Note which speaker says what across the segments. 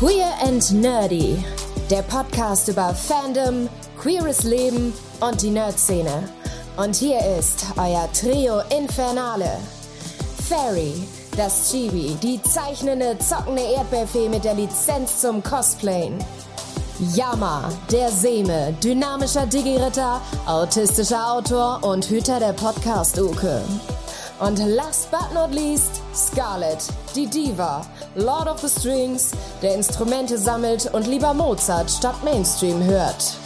Speaker 1: und Nerdy, der Podcast über Fandom, queeres Leben und die Nerd-Szene. Und hier ist euer Trio Infernale. Fairy, das Chibi, die zeichnende, zockende Erdbeerfee mit der Lizenz zum Cosplayen. Yama, der Seme, dynamischer Digi-Ritter, autistischer Autor und Hüter der Podcast-Uke. Und last but not least, Scarlett, die Diva, Lord of the Strings, der Instrumente sammelt und lieber Mozart statt Mainstream hört.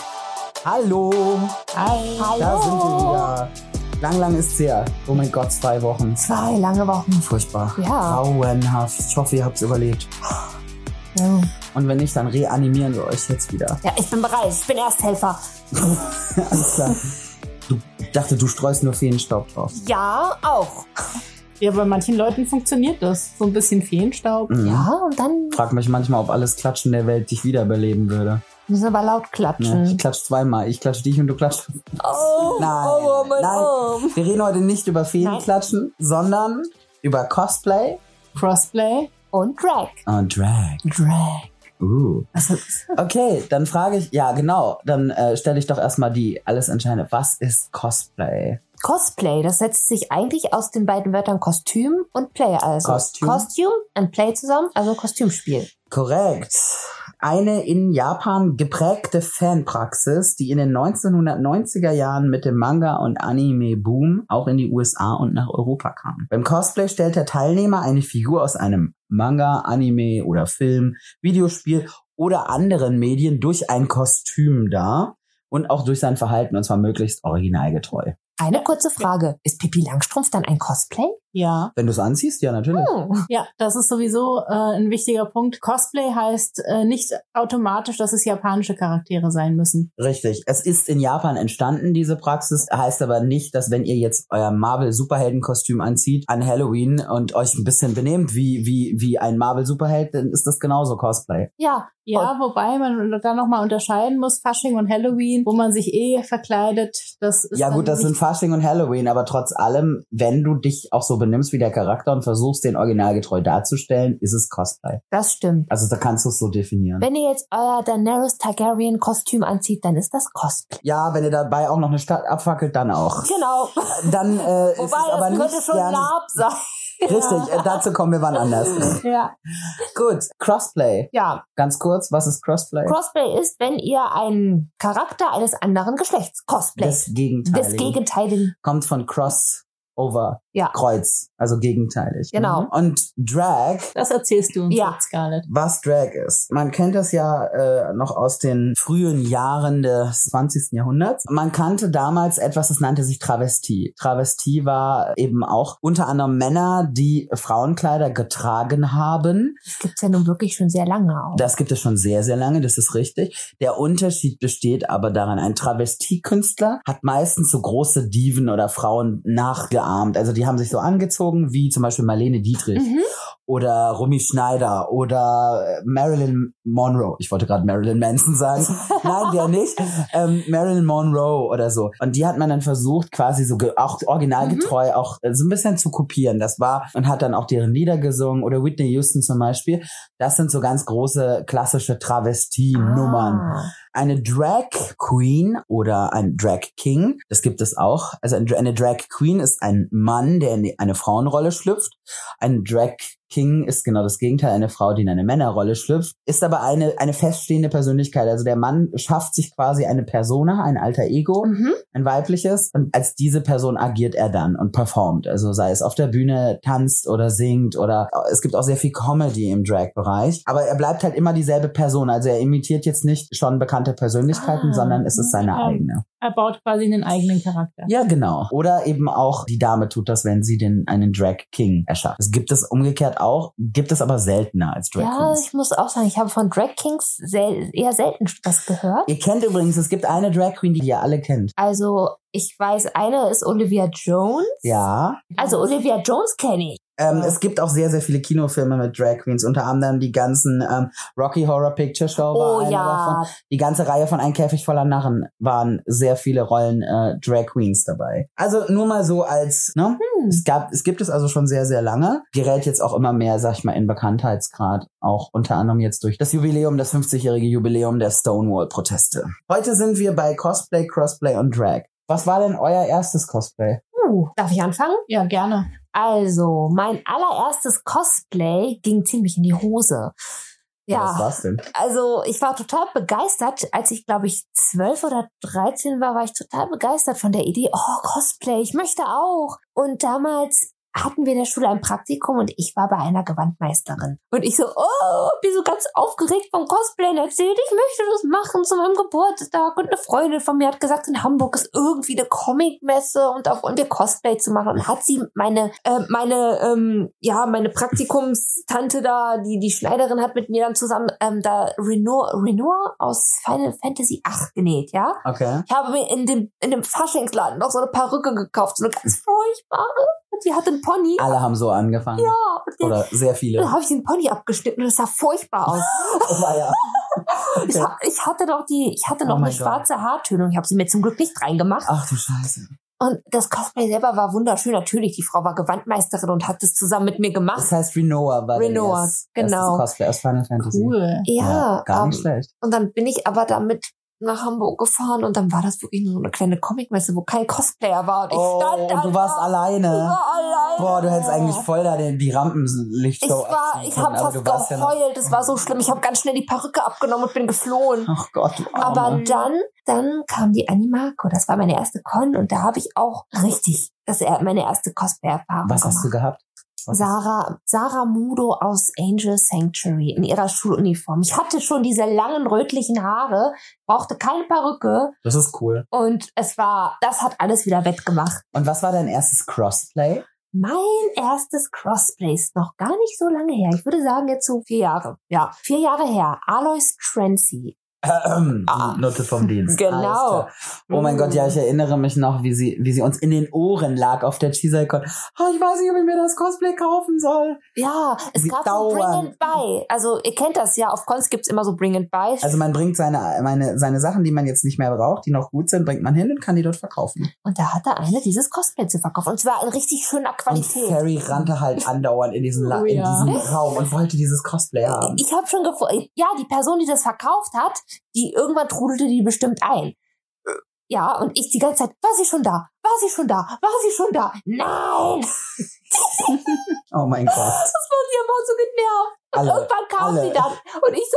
Speaker 2: Hallo!
Speaker 3: Hi.
Speaker 2: Da sind wir wieder. Lang, lang ist's her. Oh mein Gott, zwei Wochen.
Speaker 3: Zwei lange Wochen.
Speaker 2: Furchtbar.
Speaker 3: Ja.
Speaker 2: Grauenhaft. Ich hoffe, ihr habt's überlebt.
Speaker 3: Ja.
Speaker 2: Und wenn nicht, dann reanimieren wir euch jetzt wieder.
Speaker 3: ja, ich bin bereit. Ich bin Ersthelfer.
Speaker 2: Alles klar. Du ich dachte, du streust nur Feenstaub drauf.
Speaker 3: Ja, auch.
Speaker 4: Ja, bei manchen Leuten funktioniert das. So ein bisschen Feenstaub.
Speaker 2: Mhm.
Speaker 3: Ja, und dann
Speaker 2: Frag mich manchmal, ob alles Klatschen der Welt dich wiederbeleben würde.
Speaker 3: müssen wir aber laut
Speaker 2: Ja, ich
Speaker 3: klatschen.
Speaker 2: klatsch zweimal. Ich klatsche dich und du klatschst.
Speaker 3: Oh,
Speaker 2: Nein,
Speaker 3: oh, mein
Speaker 2: nein.
Speaker 3: Arm.
Speaker 2: Wir reden heute nicht über
Speaker 3: Nein.
Speaker 2: Feenklatschen, sondern über Cosplay
Speaker 4: Crossplay.
Speaker 3: Und Drag.
Speaker 2: und Drag.
Speaker 3: Drag.
Speaker 2: Uh.
Speaker 3: Was ist
Speaker 2: Okay, dann frage ich, ja genau, dann äh, stelle ich doch erstmal die alles entscheidende. Was ist Cosplay?
Speaker 3: Cosplay, das setzt sich eigentlich aus den beiden Wörtern Kostüm und Play, also
Speaker 2: Kostüm.
Speaker 3: Kostüm und Play zusammen, also Kostümspiel.
Speaker 2: Korrekt. Eine in Japan geprägte Fanpraxis, die in den 1990er Jahren mit dem Manga- und Anime-Boom auch in die USA und nach Europa kam. Beim Cosplay stellt der Teilnehmer eine Figur aus einem Manga, Anime oder Film, Videospiel oder anderen Medien durch ein Kostüm dar und auch durch sein Verhalten und zwar möglichst originalgetreu.
Speaker 3: Eine kurze Frage. Ist Pippi Langstrumpf dann ein Cosplay?
Speaker 4: Ja.
Speaker 2: Wenn du es anziehst, ja natürlich.
Speaker 3: Hm.
Speaker 4: Ja, das ist sowieso äh, ein wichtiger Punkt. Cosplay heißt äh, nicht automatisch, dass es japanische Charaktere sein müssen.
Speaker 2: Richtig. Es ist in Japan entstanden, diese Praxis. Heißt aber nicht, dass wenn ihr jetzt euer Marvel-Superheldenkostüm anzieht an Halloween und euch ein bisschen benehmt wie, wie, wie ein Marvel-Superheld, dann ist das genauso Cosplay.
Speaker 3: Ja,
Speaker 4: Ja,
Speaker 2: Oh.
Speaker 4: wobei man da nochmal unterscheiden muss, Fasching und Halloween, wo man sich eh verkleidet. Das ist
Speaker 2: ja
Speaker 4: dann
Speaker 2: gut, das
Speaker 4: nicht-
Speaker 2: sind Fasching und Halloween, aber trotz allem, wenn du dich auch so benimmst wie der Charakter und versuchst, den originalgetreu darzustellen, ist es Cosplay.
Speaker 3: das stimmt.
Speaker 2: Also da kannst du es so definieren.
Speaker 3: Wenn ihr jetzt euer Daenerys Targaryen Kostüm anzieht, dann ist das Cosplay.
Speaker 2: ja, wenn ihr dabei auch noch eine Stadt abfackelt, dann auch.
Speaker 3: Genau.
Speaker 2: Dann äh, ist es
Speaker 3: Wobei, das
Speaker 2: aber
Speaker 3: könnte
Speaker 2: nicht
Speaker 3: schon
Speaker 2: ja,
Speaker 3: Lab sein.
Speaker 2: Richtig, äh, dazu kommen wir wann anders.
Speaker 4: Ja,
Speaker 2: Gut, Crossplay.
Speaker 3: Ja,
Speaker 2: Ganz kurz, was ist Crossplay?
Speaker 3: Crossplay ist, wenn ihr einen Charakter eines anderen Geschlechts
Speaker 2: das
Speaker 3: cosplayt.
Speaker 2: Gegenteil.
Speaker 3: Das Gegenteil.
Speaker 2: Kommt von Crossover,
Speaker 3: Ja.
Speaker 2: Kreuz, also gegenteilig.
Speaker 3: Genau.
Speaker 2: Mhm. Und Drag,
Speaker 4: das erzählst du uns
Speaker 3: Ja.
Speaker 4: jetzt, Scarlett.
Speaker 2: was Drag ist. Man kennt das ja äh, noch aus den frühen Jahren des 20. Jahrhunderts. Man kannte damals etwas, das nannte sich Travestie. Travestie war eben auch unter anderem Männer, die Frauenkleider getragen haben.
Speaker 3: Das gibt's ja nun wirklich schon sehr lange auch.
Speaker 2: Das gibt es schon sehr, sehr lange, das ist richtig. Der Unterschied besteht aber darin, ein Travestiekünstler hat meistens so große Diven oder Frauen nachgeahmt. Also die haben sich so angezogen wie zum Beispiel Marlene Dietrich
Speaker 3: Mhm.
Speaker 2: oder Romy Schneider oder äh, Marilyn Monroe. Ich wollte gerade Marilyn Manson sagen. Nein, der nicht. Ähm, Marilyn Monroe oder so. Und die hat man dann versucht, quasi so ge- auch originalgetreu auch äh, so ein bisschen zu kopieren. Das war und hat dann auch deren Lieder gesungen oder Whitney Houston zum Beispiel. Das sind so ganz große klassische Travestie-Nummern
Speaker 3: Ah.
Speaker 2: eine Drag Queen oder ein Drag King. Das gibt es auch. Also ein- eine Drag Queen ist ein Mann, der in eine Frauenrolle schlüpft. Ein Drag King ist genau das Gegenteil, eine Frau, die in eine Männerrolle schlüpft, ist aber eine, eine feststehende Persönlichkeit. Also der Mann schafft sich quasi eine Persona, ein alter Ego,
Speaker 3: Mhm.
Speaker 2: ein weibliches, und als diese Person agiert er dann und performt. Also sei es auf der Bühne tanzt oder singt oder es gibt auch sehr viel Comedy im Drag-Bereich. Aber er bleibt halt immer dieselbe Person. Also er imitiert jetzt nicht schon bekannte Persönlichkeiten,
Speaker 3: Ah,
Speaker 2: sondern es ist seine
Speaker 4: ja.
Speaker 2: eigene.
Speaker 4: Er baut quasi einen eigenen Charakter.
Speaker 2: Ja, genau. Oder eben auch die Dame tut das, wenn sie den, einen Drag King erschafft. Es gibt es umgekehrt auch, gibt es aber seltener als Drag
Speaker 3: Ja,
Speaker 2: Kings.
Speaker 3: ich muss auch sagen, ich habe von Drag Kings sel eher selten was gehört.
Speaker 2: Ihr kennt übrigens, es gibt eine Drag Queen, die ihr alle kennt.
Speaker 3: Also, ich weiß, eine ist Olivia Jones.
Speaker 2: Ja,
Speaker 3: Also, Olivia Jones kenne ich.
Speaker 2: Ähm,
Speaker 4: Ja.
Speaker 2: Es gibt auch sehr, sehr viele Kinofilme mit Drag Queens, unter anderem die ganzen ähm, Rocky Horror Picture Show war
Speaker 3: Oh
Speaker 2: eine davon.
Speaker 3: ja,
Speaker 2: Die ganze Reihe von Ein Käfig voller Narren waren sehr viele Rollen äh, Drag Queens dabei. Also nur mal so als, ne?
Speaker 3: Hm.
Speaker 2: Es, gab, es gibt es also schon sehr, sehr lange. Gerät jetzt auch immer mehr, sag ich mal, in Bekanntheitsgrad. Auch unter anderem jetzt durch das Jubiläum, das 50-jährige Jubiläum der Stonewall-Proteste. Heute sind wir bei Cosplay, Crossplay und Drag. Was war denn euer erstes Cosplay?
Speaker 3: Uh, darf ich anfangen?
Speaker 4: Ja, gerne.
Speaker 3: Also, mein allererstes Cosplay ging ziemlich in die Hose.
Speaker 2: Was
Speaker 3: Ja,
Speaker 2: war's denn?
Speaker 3: also ich war total begeistert, als ich glaube ich zwölf oder dreizehn war, war ich total begeistert von der Idee, oh Cosplay, ich möchte auch. Und damals hatten wir in der Schule ein Praktikum und ich war bei einer Gewandmeisterin. Und ich so, oh, bin so ganz aufgeregt vom Cosplay und erzählt, ich möchte das machen zu meinem Geburtstag. Und eine Freundin von mir hat gesagt, in Hamburg ist irgendwie eine Comicmesse und da wollen wir Cosplay zu machen. Und hat sie meine, äh, meine, ähm, ja, meine Praktikumstante da, die, die Schneiderin hat mit mir dann zusammen, ähm, da Renoir, Renoir aus Final Fantasy 8 genäht, ja?
Speaker 2: Okay.
Speaker 3: Ich habe mir in dem, in dem Faschingsladen noch so eine Perücke gekauft, so eine ganz furchtbare. Und die hatte einen Pony.
Speaker 2: Alle haben so angefangen.
Speaker 3: Ja, und den,
Speaker 2: Oder sehr
Speaker 3: dann
Speaker 2: viele.
Speaker 3: habe ich den Pony abgeschnitten und das sah furchtbar aus.
Speaker 2: Oh, war ja.
Speaker 3: Ich, ha- ich hatte doch die, ich hatte noch
Speaker 2: Oh
Speaker 3: eine
Speaker 2: mein Gott. Ah.
Speaker 3: schwarze Haartönung. Ich habe sie mir zum Glück nicht reingemacht.
Speaker 2: Ach du Scheiße.
Speaker 3: Und das Cosplay selber war wunderschön. Natürlich, die Frau war Gewandmeisterin und hat es zusammen mit mir gemacht.
Speaker 2: Das heißt Renoa war
Speaker 3: Renoa,
Speaker 2: der erst,
Speaker 3: genau.
Speaker 2: erstes Cosplay aus Final Fantasy.
Speaker 4: Cool.
Speaker 3: Ja,
Speaker 2: gar nicht
Speaker 3: ähm,
Speaker 2: schlecht.
Speaker 3: und dann bin ich aber damit nach Hamburg gefahren und dann war das wirklich nur so eine kleine Comicmesse, wo kein Cosplayer war. Und ich
Speaker 2: Oh,
Speaker 3: stand da.
Speaker 2: und du warst
Speaker 3: Ich
Speaker 2: alleine.
Speaker 3: war alleine.
Speaker 2: Boah, du hättest eigentlich voll da den, die
Speaker 3: Ich
Speaker 2: Rampenlichtshow
Speaker 3: war,
Speaker 2: abziehen
Speaker 3: ich
Speaker 2: können,
Speaker 3: habe
Speaker 2: aber
Speaker 3: fast
Speaker 2: du warst ja noch-
Speaker 3: geheult. Es war so schlimm. Ich habe ganz schnell die Perücke abgenommen und bin geflohen.
Speaker 2: Ach Gott, oh. du Arme.
Speaker 3: Aber dann, dann kam die Animaco. Das war meine erste Con und da habe ich auch richtig, das er meine erste Cosplay-Erfahrung
Speaker 2: Was
Speaker 3: gemacht.
Speaker 2: hast du gehabt? Was
Speaker 3: Sarah, Sarah Mudo aus Angel Sanctuary in ihrer Schuluniform. Ich hatte schon diese langen rötlichen Haare, brauchte keine Perücke
Speaker 2: Das ist cool.
Speaker 3: und es war, das hat alles wieder wettgemacht.
Speaker 2: Und was war dein erstes Crossplay?
Speaker 3: Mein erstes Crossplay ist noch gar nicht so lange her. Ich würde sagen jetzt so vier Jahre. Ja, vier Jahre her. Alois Trancy. Ah.
Speaker 2: Die Nutte vom Dienst.
Speaker 3: Genau. Mm.
Speaker 2: Alles klar. Oh mein Gott, ja, ich erinnere mich noch, wie sie, wie sie uns in den Ohren lag auf der Cheeseicon. Oh, ich weiß nicht, ob ich mir das Cosplay kaufen soll.
Speaker 3: Ja, es
Speaker 2: Wie
Speaker 3: gab so Bring
Speaker 2: dauernd.
Speaker 3: and Buy. Also ihr kennt das ja, auf Cons gibt's immer so Bring and Buy.
Speaker 2: Also man bringt seine, meine, seine Sachen, die man jetzt nicht mehr braucht, die noch gut sind, bringt man hin und kann die dort verkaufen.
Speaker 3: und da hatte eine dieses Cosplay zu verkaufen. Und zwar in richtig schöner
Speaker 2: Und
Speaker 3: Qualität.
Speaker 2: Carrie rannte halt andauernd in diesen, La
Speaker 4: Oh ja.
Speaker 2: in diesen Raum und wollte dieses Cosplay haben.
Speaker 3: Ich habe schon gefunden, ja, die Person, die das verkauft hat, die irgendwann trudelte die bestimmt ein. Ja, und ich die ganze Zeit, war sie schon da? War sie schon da? War sie schon da? Nein!
Speaker 2: Oh mein Gott.
Speaker 3: Das war die immer so genervt. Und
Speaker 2: Alle.
Speaker 3: irgendwann kam
Speaker 2: Äh, alle.
Speaker 3: sie dann. Und ich so,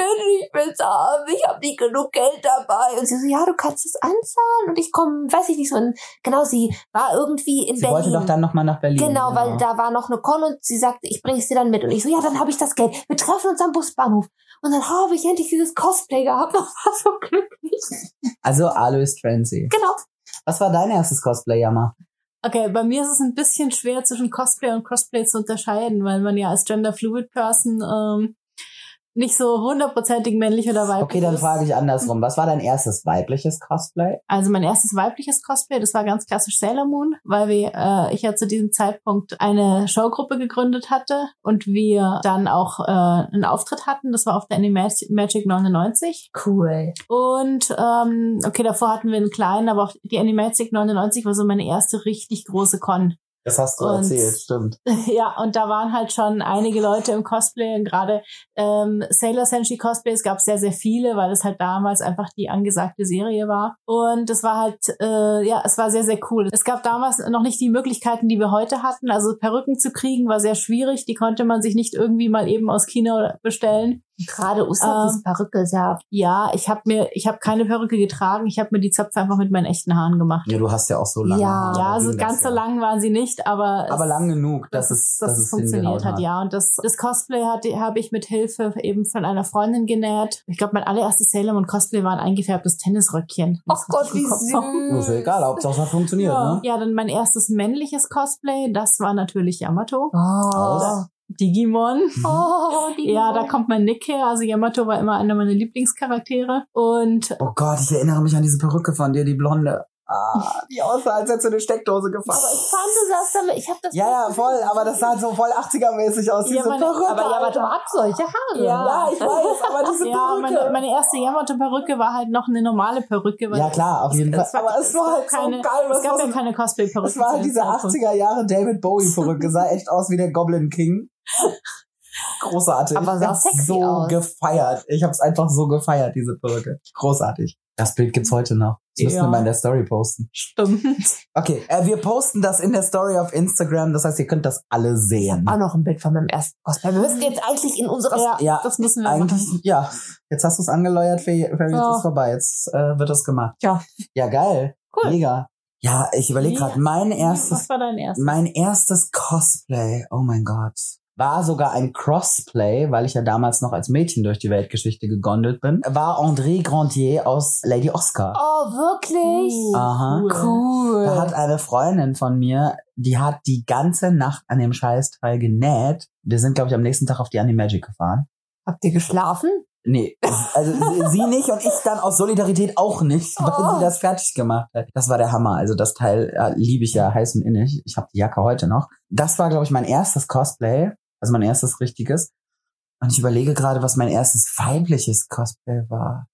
Speaker 3: will ich will's haben, ich habe nicht genug Geld dabei. Und sie so, ja, du kannst es anzahlen. Und ich komme, weiß ich nicht, so in, genau, sie war irgendwie in
Speaker 2: Sie
Speaker 3: Berlin.
Speaker 2: wollte doch dann nochmal nach Berlin.
Speaker 3: Genau, weil da war noch eine Con und sie sagte, ich bringe es dir dann mit. Und ich so, ja, dann habe ich das Geld. Wir treffen uns am Busbahnhof. Und dann habe ich endlich dieses Cosplay gehabt und war so glücklich.
Speaker 2: Also Alois Trancy.
Speaker 3: Genau.
Speaker 2: Was war dein erstes Cosplay, Jammer?
Speaker 4: Okay, bei mir ist es ein bisschen schwer, zwischen Cosplay und Crossplay zu unterscheiden, weil man ja als genderfluid Person ähm, nicht so hundertprozentig männlich oder weiblich
Speaker 2: Okay, dann
Speaker 4: ist.
Speaker 2: frage ich andersrum. Was war dein erstes weibliches Cosplay?
Speaker 4: Also mein erstes weibliches Cosplay, das war ganz klassisch Sailor Moon, weil wir, äh, ich ja zu diesem Zeitpunkt eine Showgruppe gegründet hatte und wir dann auch äh, einen Auftritt hatten. Das war auf der Anime Magic 99.
Speaker 3: Cool.
Speaker 4: Und ähm, okay, davor hatten wir einen kleinen, aber auch die Animatic 99 war so meine erste richtig große Con.
Speaker 2: Das hast du
Speaker 4: Und-
Speaker 2: erzählt, stimmt.
Speaker 4: ja, und da waren halt schon einige Leute im Cosplay und gerade ähm, Sailor Senshi Cosplays gab es sehr, sehr viele, weil es halt damals einfach die angesagte Serie war. Und es war halt, äh, ja, es war sehr, sehr cool. Es gab damals noch nicht die Möglichkeiten, die wir heute hatten. Also Perücken zu kriegen war sehr schwierig. Die konnte man sich nicht irgendwie mal eben aus China bestellen.
Speaker 3: Gerade Usakis
Speaker 4: Ähm,
Speaker 3: Perücke ist ja
Speaker 4: Ja, ich hab mir, ich hab keine Perücke getragen. Ich hab mir die Zöpfe einfach mit meinen echten Haaren gemacht.
Speaker 2: Ja, du hast ja auch so lange.
Speaker 3: Ja.
Speaker 2: Haare,
Speaker 4: Ja,
Speaker 2: da
Speaker 4: also
Speaker 2: ging das
Speaker 4: ganz so
Speaker 2: ja.
Speaker 4: lang waren sie nicht, aber
Speaker 2: Aber
Speaker 4: es-
Speaker 2: lang genug, dass es,
Speaker 4: dass es funktioniert
Speaker 2: hingehauen
Speaker 4: hat, ja. Und das, das Cosplay hatte, habe ich mit Hilfe eben von einer Freundin genäht. Ich glaube, mein allererstes Sailor Moon Cosplay war ein eingefärbtes Tennisröckchen.
Speaker 3: Ach Gott, wie
Speaker 4: süß.
Speaker 2: Nur ist ja egal,
Speaker 3: süß.
Speaker 2: Hauptsache es hat funktioniert,
Speaker 4: Mhm. Ja.
Speaker 2: ne?
Speaker 4: ja, dann mein erstes männliches Cosplay, das war natürlich Yamato.
Speaker 3: Oh.
Speaker 2: Aus.
Speaker 4: Digimon.
Speaker 3: Oh, die
Speaker 4: Ja, da kommt mein Nick her. Also Yamato war immer einer meiner Lieblingscharaktere. Und
Speaker 2: Oh Gott, ich erinnere mich an diese Perücke von dir, die blonde. ah, die aussah, als hätte sie eine Steckdose gefahren.
Speaker 3: Aber ich fand, du sahst damit, ich habe das.
Speaker 2: Ja, ja, voll, aber das sah so voll 80er-mäßig aus, diese
Speaker 4: Ja, meine-
Speaker 2: Perücke.
Speaker 3: Aber ja, aber du
Speaker 2: Alter.
Speaker 3: hast solche Haare.
Speaker 2: ja, ich weiß, aber diese
Speaker 4: Ja, meine,
Speaker 2: Perücke.
Speaker 4: meine erste Yamato-Perücke war halt noch eine normale Perücke, weil
Speaker 2: ja, klar, auf jeden Fall.
Speaker 4: es war-
Speaker 2: aber es war halt
Speaker 4: keine,
Speaker 2: so geil.
Speaker 4: es
Speaker 2: Das war
Speaker 4: gab
Speaker 2: so,
Speaker 4: ja keine Cosplay-Perücke.
Speaker 2: das war halt
Speaker 4: zu dem
Speaker 2: diese
Speaker 4: Zeitpunkt.
Speaker 2: 80er-Jahre David Bowie-Perücke. Sah echt aus wie der Goblin King. Großartig.
Speaker 3: Aber
Speaker 2: ich
Speaker 3: sah
Speaker 2: hab's
Speaker 3: sexy
Speaker 2: so
Speaker 3: aus.
Speaker 2: gefeiert. Ich hab's einfach so gefeiert, diese Perücke. Großartig. Das Bild gibt's heute noch. Das müssen
Speaker 4: Ja.
Speaker 2: wir mal in der Story posten.
Speaker 4: Stimmt.
Speaker 2: Okay, äh, wir posten das in der Story auf Instagram. Das heißt, ihr könnt das alle sehen.
Speaker 3: Auch noch ein Bild von meinem ersten Cosplay. Wir müssen jetzt eigentlich in unserer
Speaker 4: Ja,
Speaker 2: ja,
Speaker 4: das müssen wir machen.
Speaker 2: Eigentlich, ja. Jetzt hast du es angeläuert, Fer- Ferry, jetzt
Speaker 4: Ja.
Speaker 2: ist vorbei. Jetzt äh, wird das gemacht.
Speaker 4: Ja.
Speaker 2: Ja, geil.
Speaker 4: Cool.
Speaker 2: Mega. Ja, ich überlege
Speaker 4: Ja.
Speaker 2: gerade, mein erstes,
Speaker 4: Was war dein erstes?
Speaker 2: mein erstes Cosplay, oh mein Gott, war sogar ein Crossplay, weil ich ja damals noch als Mädchen durch die Weltgeschichte gegondelt bin, war André Grandier aus Lady Oscar.
Speaker 3: Oh, wirklich?
Speaker 2: Aha.
Speaker 3: Cool.
Speaker 2: Da hat eine Freundin von mir, die hat die ganze Nacht an dem Scheißteil genäht. Wir sind, glaube ich, am nächsten Tag auf die Animagic gefahren.
Speaker 3: Habt ihr geschlafen?
Speaker 2: Nee, also sie- sie nicht und ich dann aus Solidarität auch nicht, weil
Speaker 3: Oh.
Speaker 2: sie das fertig gemacht hat. Das war der Hammer. Also das Teil äh, liebe ich ja heiß und innig. Ich habe die Jacke heute noch. Das war, glaube ich, mein erstes Cosplay, also mein erstes richtiges. Und ich überlege gerade, was mein erstes weibliches Cosplay war.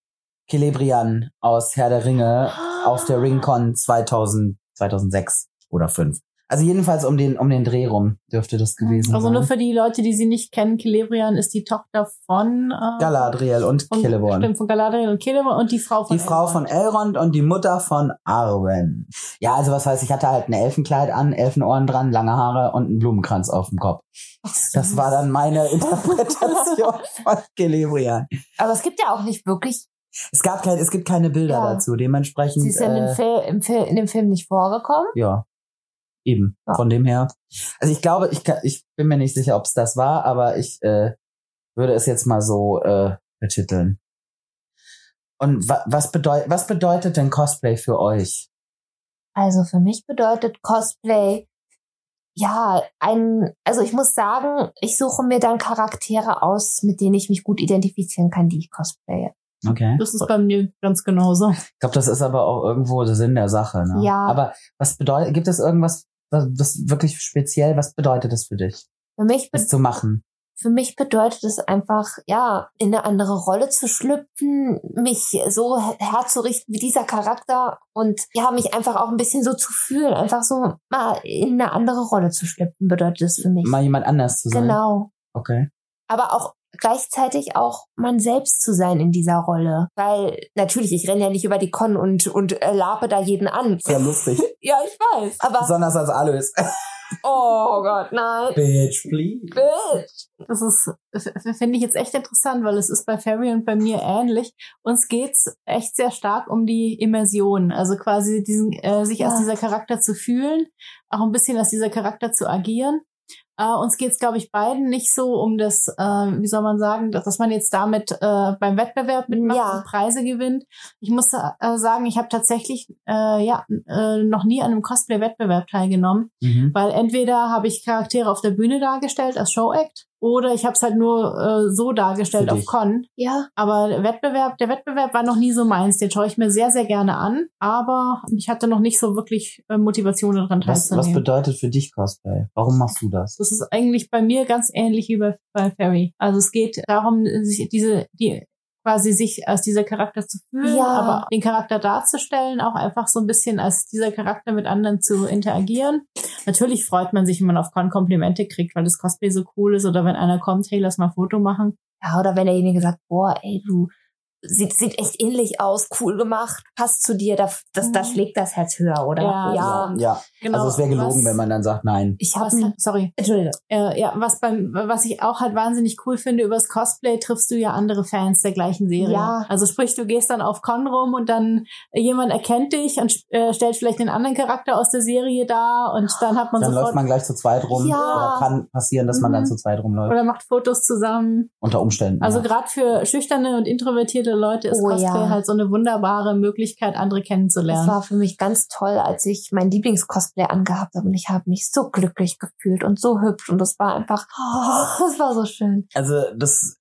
Speaker 2: Celebrian aus Herr der Ringe
Speaker 3: Ah.
Speaker 2: auf der Ringcon 2000, 2006 oder 5. Also jedenfalls um den, um den Dreh rum dürfte das gewesen
Speaker 4: Also
Speaker 2: sein.
Speaker 4: nur für die Leute, die sie nicht kennen, Celebrian ist die Tochter von äh,
Speaker 2: Galadriel und
Speaker 4: von,
Speaker 2: Celeborn.
Speaker 4: Stimmt, von Galadriel und Celeborn und die Frau von
Speaker 2: Die Frau
Speaker 4: Elrond.
Speaker 2: von Elrond und die Mutter von Arwen. Ja, also was heißt, ich hatte halt ein Elfenkleid an, Elfenohren dran, lange Haare und einen Blumenkranz auf dem Kopf. Das war dann meine Interpretation von Celebrian.
Speaker 3: Aber es gibt ja auch nicht wirklich.
Speaker 2: Es gab kein, es gibt keine Bilder
Speaker 3: Ja.
Speaker 2: dazu, dementsprechend.
Speaker 3: Sie ist ja in, dem
Speaker 2: äh,
Speaker 3: Fil im Fil in dem Film nicht vorgekommen.
Speaker 2: ja. Eben.
Speaker 3: Ja.
Speaker 2: Von dem her. Also ich glaube, ich, kann, ich bin mir nicht sicher, ob es das war, aber ich äh, würde es jetzt mal so äh, betiteln. Und wa was, bedeu was bedeutet denn Cosplay für euch?
Speaker 3: Also für mich bedeutet Cosplay, ja, ein, also ich muss sagen, ich suche mir dann Charaktere aus, mit denen ich mich gut identifizieren kann, die ich cosplaye.
Speaker 2: Okay.
Speaker 4: Das ist bei mir ganz genauso.
Speaker 2: Ich glaube, das ist aber auch irgendwo der Sinn der Sache. Ne?
Speaker 3: Ja.
Speaker 2: Aber was bedeutet, gibt es irgendwas, was, was wirklich speziell, was bedeutet das für dich,
Speaker 3: Für mich, be
Speaker 2: das zu machen?
Speaker 3: für mich bedeutet es einfach, ja, in eine andere Rolle zu schlüpfen, mich so her- herzurichten wie dieser Charakter und ja, mich einfach auch ein bisschen so zu fühlen, einfach so mal in eine andere Rolle zu schlüpfen, bedeutet es für mich.
Speaker 2: Mal jemand anders zu sein.
Speaker 3: Genau.
Speaker 2: Okay.
Speaker 3: aber auch gleichzeitig auch man selbst zu sein in dieser Rolle. Weil natürlich, ich renne ja nicht über die Con und, und äh, labe da jeden an.
Speaker 2: Sehr lustig.
Speaker 3: Ja, ich weiß. Aber,
Speaker 2: Besonders als Alois.
Speaker 3: oh Gott, nein.
Speaker 2: Bitch, please.
Speaker 3: Bitch.
Speaker 4: Das ist, f- f- finde ich jetzt echt interessant, weil es ist bei Ferry und bei mir ähnlich. Uns geht's echt sehr stark um die Immersion. Also quasi diesen, äh, sich als
Speaker 3: Ja.
Speaker 4: dieser Charakter zu fühlen, auch ein bisschen als dieser Charakter zu agieren. Äh, uns geht's, glaube ich, beiden nicht so um das, äh, wie soll man sagen, dass, dass man jetzt damit äh, beim Wettbewerb mitmacht
Speaker 3: Ja.
Speaker 4: und Preise gewinnt. Ich muss äh, sagen, ich habe tatsächlich äh, ja, äh, noch nie an einem Cosplay-Wettbewerb teilgenommen.
Speaker 2: Mhm.
Speaker 4: Weil entweder habe ich Charaktere auf der Bühne dargestellt als Showact oder ich habe es halt nur äh, so dargestellt
Speaker 2: Für
Speaker 4: auf
Speaker 2: dich.
Speaker 4: Con.
Speaker 3: Ja.
Speaker 4: Aber der Wettbewerb, der Wettbewerb war noch nie so meins. Den schaue ich mir sehr, sehr gerne an. Aber ich hatte noch nicht so wirklich äh, Motivation daran
Speaker 2: Was, was
Speaker 4: teilzunehmen.
Speaker 2: bedeutet für dich Cosplay? Warum machst du das?
Speaker 4: das ist eigentlich bei mir ganz ähnlich wie bei, bei Ferry. Also es geht darum, sich diese, die quasi sich als dieser Charakter zu fühlen,
Speaker 3: Ja.
Speaker 4: aber den Charakter darzustellen, auch einfach so ein bisschen als dieser Charakter mit anderen zu interagieren. Natürlich freut man sich, wenn man auf Con Komplimente kriegt, weil das Cosplay so cool ist oder wenn einer kommt, hey, lass mal ein Foto machen.
Speaker 3: Ja, oder wenn derjenige sagt, boah, ey, du, sieht, sieht echt ähnlich aus, cool gemacht, passt zu dir, da, das, da
Speaker 4: Mhm.
Speaker 3: schlägt das Herz höher, oder?
Speaker 4: Ja.
Speaker 2: ja. ja. Also es wäre gelogen,
Speaker 4: Genau, was,
Speaker 2: wenn man dann sagt, nein.
Speaker 3: Ich
Speaker 4: Was,
Speaker 3: habe,
Speaker 4: sorry,
Speaker 3: Entschuldigung.
Speaker 4: äh, ja, was beim, was ich auch halt wahnsinnig cool finde, übers Cosplay triffst du ja andere Fans der gleichen Serie.
Speaker 3: Ja.
Speaker 4: Also sprich, du gehst dann auf Con rum und dann äh, jemand erkennt dich und äh, stellt vielleicht einen anderen Charakter aus der Serie dar und dann hat man
Speaker 2: Dann läuft
Speaker 4: sofort
Speaker 2: man gleich zu zweit rum.
Speaker 3: Ja.
Speaker 2: Oder kann passieren, dass man
Speaker 4: Mhm.
Speaker 2: dann zu zweit rumläuft.
Speaker 4: oder macht Fotos zusammen.
Speaker 2: Unter Umständen.
Speaker 4: Also
Speaker 2: ja.
Speaker 4: gerade für schüchterne und introvertierte Leute ist
Speaker 3: Oh,
Speaker 4: Cosplay
Speaker 3: ja.
Speaker 4: halt so eine wunderbare Möglichkeit, andere
Speaker 3: Das
Speaker 4: kennenzulernen.
Speaker 3: war für mich ganz toll, als ich mein Lieblingscosplay angehabt habe und ich habe mich so glücklich gefühlt und so hübsch und das war einfach, oh, das war so schön.
Speaker 2: Also das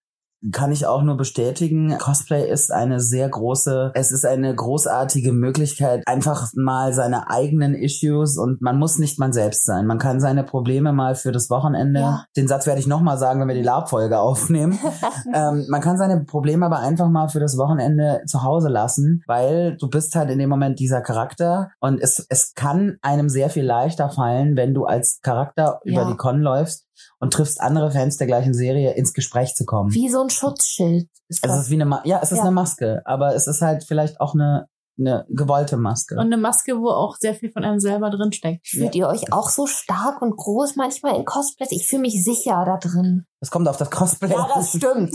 Speaker 2: kann ich auch nur bestätigen. Cosplay ist eine sehr große, es ist eine großartige Möglichkeit, einfach mal seine eigenen Issues und man muss nicht man selbst sein. Man kann seine Probleme mal für das Wochenende,
Speaker 3: Ja.
Speaker 2: den Satz werde ich nochmal sagen, wenn wir die Lab-Folge aufnehmen. ähm, man kann seine Probleme aber einfach mal für das Wochenende zu Hause lassen, weil du bist halt in dem Moment dieser Charakter und es, es kann einem sehr viel leichter fallen, wenn du als Charakter über
Speaker 3: Ja.
Speaker 2: die Con läufst und triffst andere Fans der gleichen Serie ins Gespräch zu kommen.
Speaker 3: Wie so ein Schutzschild. Ist
Speaker 2: Es
Speaker 3: das.
Speaker 2: ist wie eine Ma ja, es ist
Speaker 3: Ja.
Speaker 2: eine Maske, aber es ist halt vielleicht auch eine, eine gewollte Maske.
Speaker 4: Und eine Maske, wo auch sehr viel von einem selber drin steckt.
Speaker 3: Fühlt ihr euch auch so stark und groß manchmal in Cosplays? Ich fühle mich sicher da drin.
Speaker 2: es kommt auf das Cosplay.
Speaker 3: Ja,
Speaker 2: an.
Speaker 3: das stimmt.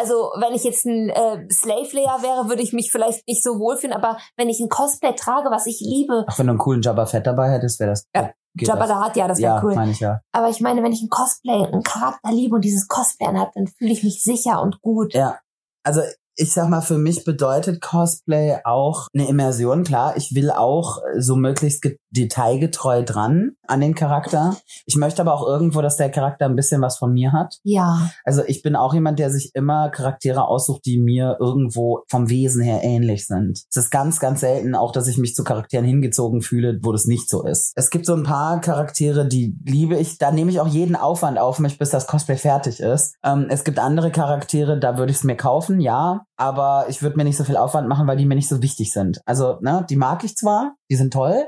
Speaker 3: Also, wenn ich jetzt ein äh, Slave Layer wäre, würde ich mich vielleicht nicht so wohlfühlen, aber wenn ich ein Cosplay trage, was ich liebe,
Speaker 2: Auch wenn du einen coolen Jabba Fett dabei hättest, wäre das.
Speaker 3: Ja,
Speaker 2: geht
Speaker 3: Jabba
Speaker 2: das.
Speaker 3: da hat ja, das wäre
Speaker 2: ja,
Speaker 3: cool.
Speaker 2: meine ich ja.
Speaker 3: Aber ich meine, wenn ich ein Cosplay, einen Charakter liebe und dieses Cosplay anhab, dann fühle ich mich sicher und gut.
Speaker 2: Ja. Also ich sag mal, für mich bedeutet Cosplay auch eine Immersion. Klar, ich will auch äh, so möglichst ge- detailgetreu dran an den Charakter. Ich möchte aber auch irgendwo, dass der Charakter ein bisschen was von mir hat.
Speaker 3: Ja,
Speaker 2: Also ich bin auch jemand, der sich immer Charaktere aussucht, die mir irgendwo vom Wesen her ähnlich sind. Es ist ganz, ganz selten auch, dass ich mich zu Charakteren hingezogen fühle, wo das nicht so ist. Es gibt so ein paar Charaktere, die liebe ich. Da nehme ich auch jeden Aufwand auf mich, bis das Cosplay fertig ist. Ähm, es gibt andere Charaktere, da würde ich es mir kaufen, ja. Aber ich würde mir nicht so viel Aufwand machen, weil die mir nicht so wichtig sind. Also, ne, die mag ich zwar, die sind toll.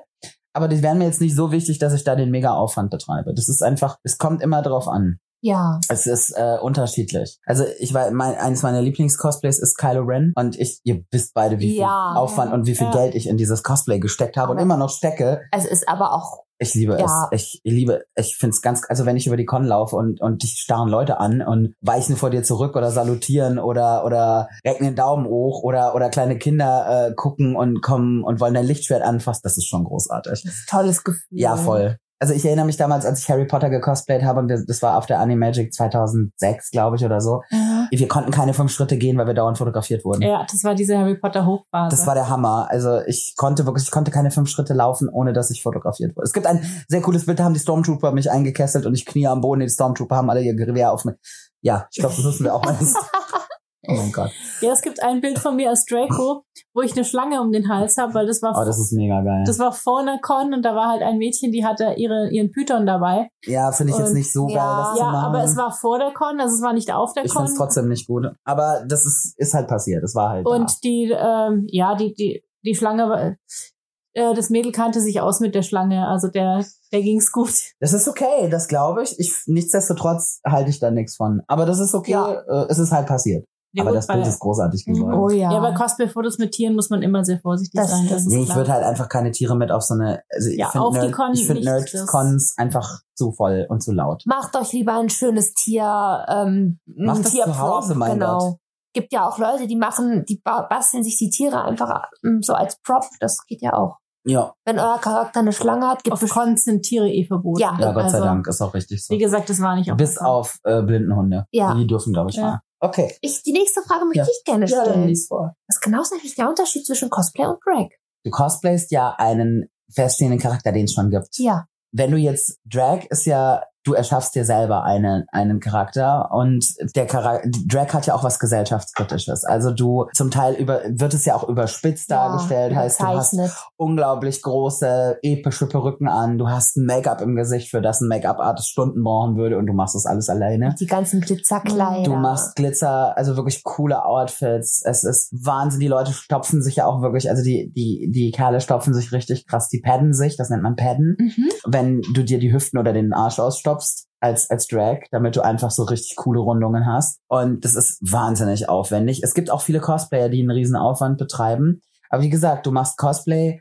Speaker 2: Aber die wären mir jetzt nicht so wichtig, dass ich da den Mega-Aufwand betreibe. Das ist einfach, es kommt immer drauf an.
Speaker 3: ja.
Speaker 2: Es ist äh, unterschiedlich. Also ich war mein, eines meiner Lieblingscosplays ist Kylo Ren und ich ihr wisst beide wie
Speaker 3: Ja.
Speaker 2: viel Aufwand und wie viel
Speaker 4: Ja.
Speaker 2: Geld ich in dieses Cosplay gesteckt habe und
Speaker 3: Aber-
Speaker 2: immer noch stecke.
Speaker 3: Es ist aber auch,
Speaker 2: Ich liebe
Speaker 3: Ja.
Speaker 2: es. Ich liebe ich finde es ganz also wenn ich über die Con laufe und und dich starren Leute an und weichen vor dir zurück oder salutieren oder oder recken den Daumen hoch oder oder kleine Kinder äh, gucken und kommen und wollen dein Lichtschwert anfassen, das ist schon großartig.
Speaker 3: das ist ein tolles Gefühl.
Speaker 2: Ja, voll. Also ich erinnere mich damals, als ich Harry Potter gecosplayt habe, und das, das war auf der Animagic 2006, glaube ich, oder so. Wir konnten keine fünf Schritte gehen, weil wir dauernd fotografiert wurden.
Speaker 4: Ja, das war diese Harry Potter Hochphase.
Speaker 2: Das war der Hammer. Also ich konnte wirklich, ich konnte keine fünf Schritte laufen, ohne dass ich fotografiert wurde. Es gibt ein sehr cooles Bild, da haben die Stormtrooper mich eingekesselt und ich knie am Boden. Die Stormtrooper haben alle ihr Gewehr auf mich. Ja, ich glaube, das müssen wir auch mal. Oh mein Gott.
Speaker 4: ja, es gibt ein Bild von mir als Draco, wo ich eine Schlange um den Hals habe, weil das war
Speaker 2: Oh, das ist mega geil.
Speaker 4: das war vor einer Con und da war halt ein Mädchen, die hatte ihre, ihren Python dabei.
Speaker 2: Ja, finde ich jetzt
Speaker 4: Und-
Speaker 2: nicht so
Speaker 3: Ja.
Speaker 2: geil, das zu
Speaker 4: Ja,
Speaker 2: machen.
Speaker 4: aber es war vor der Con, also es war nicht auf der
Speaker 2: Ah, ich
Speaker 4: Con.
Speaker 2: fand's trotzdem nicht gut. Aber das ist, ist halt passiert. Es war halt. da.
Speaker 4: Und die, ähm, ja, die, die, die Schlange war, äh, das Mädel kannte sich aus mit der Schlange, also der, der ging's gut.
Speaker 2: Das ist okay, das glaube ich. ich. Nichtsdestotrotz halte ich da nichts von. Aber das ist okay, äh, es ist halt passiert.
Speaker 4: Ja,
Speaker 2: Aber
Speaker 4: gut,
Speaker 2: das
Speaker 4: weil-
Speaker 2: Bild ist großartig
Speaker 3: Mhm.
Speaker 2: geworden.
Speaker 3: Oh ja.
Speaker 4: ja, bei Cosplay-Fotos mit Tieren muss man immer sehr vorsichtig
Speaker 3: Das
Speaker 4: sein. Das
Speaker 3: stimmt.
Speaker 4: ist
Speaker 2: Nee, ich
Speaker 4: klar.
Speaker 2: würde halt einfach keine Tiere mit auf so eine. Also ich
Speaker 4: Ja,
Speaker 2: finde
Speaker 4: auf die
Speaker 2: Nerd,
Speaker 4: Con
Speaker 2: ich find
Speaker 4: nicht, das-
Speaker 2: Nerd-Cons einfach zu voll und zu laut.
Speaker 3: Macht euch lieber ein schönes Tier, ähm,
Speaker 2: Macht
Speaker 3: ein
Speaker 2: das
Speaker 3: Tierprop,
Speaker 2: zu Hause, mein
Speaker 3: genau.
Speaker 2: Gott.
Speaker 3: Gibt ja auch Leute, die machen, die ba- basteln sich die Tiere einfach ähm, so als Prop. Das geht ja auch.
Speaker 2: Ja,
Speaker 3: Wenn euer Charakter eine Schlange hat, gibt
Speaker 4: Auf Cons sind Tiere eh verboten.
Speaker 3: Ja.
Speaker 2: ja Gott sei
Speaker 4: Also,
Speaker 2: Dank, ist auch richtig so.
Speaker 4: Wie gesagt, das war nicht auf
Speaker 2: Bis
Speaker 4: der Con.
Speaker 2: auf äh, Blindenhunde.
Speaker 3: Ja.
Speaker 2: Die dürfen, glaube ich,
Speaker 4: Ja.
Speaker 2: mal. Okay.
Speaker 3: ich die nächste Frage möchte
Speaker 2: Ja.
Speaker 3: ich gerne
Speaker 2: Ja, dann
Speaker 3: stellen.
Speaker 2: lies vor.
Speaker 3: Was genau ist eigentlich der Unterschied zwischen Cosplay und Drag?
Speaker 2: Du cosplayst ja einen feststehenden Charakter, den es schon gibt.
Speaker 3: Ja,
Speaker 2: wenn du jetzt Drag ist ja, du erschaffst dir selber einen einen Charakter und der Charakter Drag hat ja auch was gesellschaftskritisches. Also du zum Teil über wird es ja auch überspitzt dargestellt,
Speaker 3: ja,
Speaker 2: heißt du hast
Speaker 3: gezeichnet.
Speaker 2: unglaublich große epische Perücken an, du hast ein Make-up im Gesicht, für das ein Make-up-Artist Stunden brauchen würde und du machst das alles alleine.
Speaker 3: die ganzen Glitzerkleider.
Speaker 2: ne? Du machst Glitzer, also wirklich coole Outfits. Es ist Wahnsinn. Die Leute stopfen sich ja auch wirklich, also die, die, die Kerle stopfen sich richtig krass. Die padden sich, das nennt man padden
Speaker 3: Mhm.
Speaker 2: wenn du dir die Hüften oder den Arsch ausstopfst als, als Drag, damit du einfach so richtig coole Rundungen hast. Und das ist wahnsinnig aufwendig. Es gibt auch viele Cosplayer, die einen riesen Aufwand betreiben. Aber wie gesagt, du machst Cosplay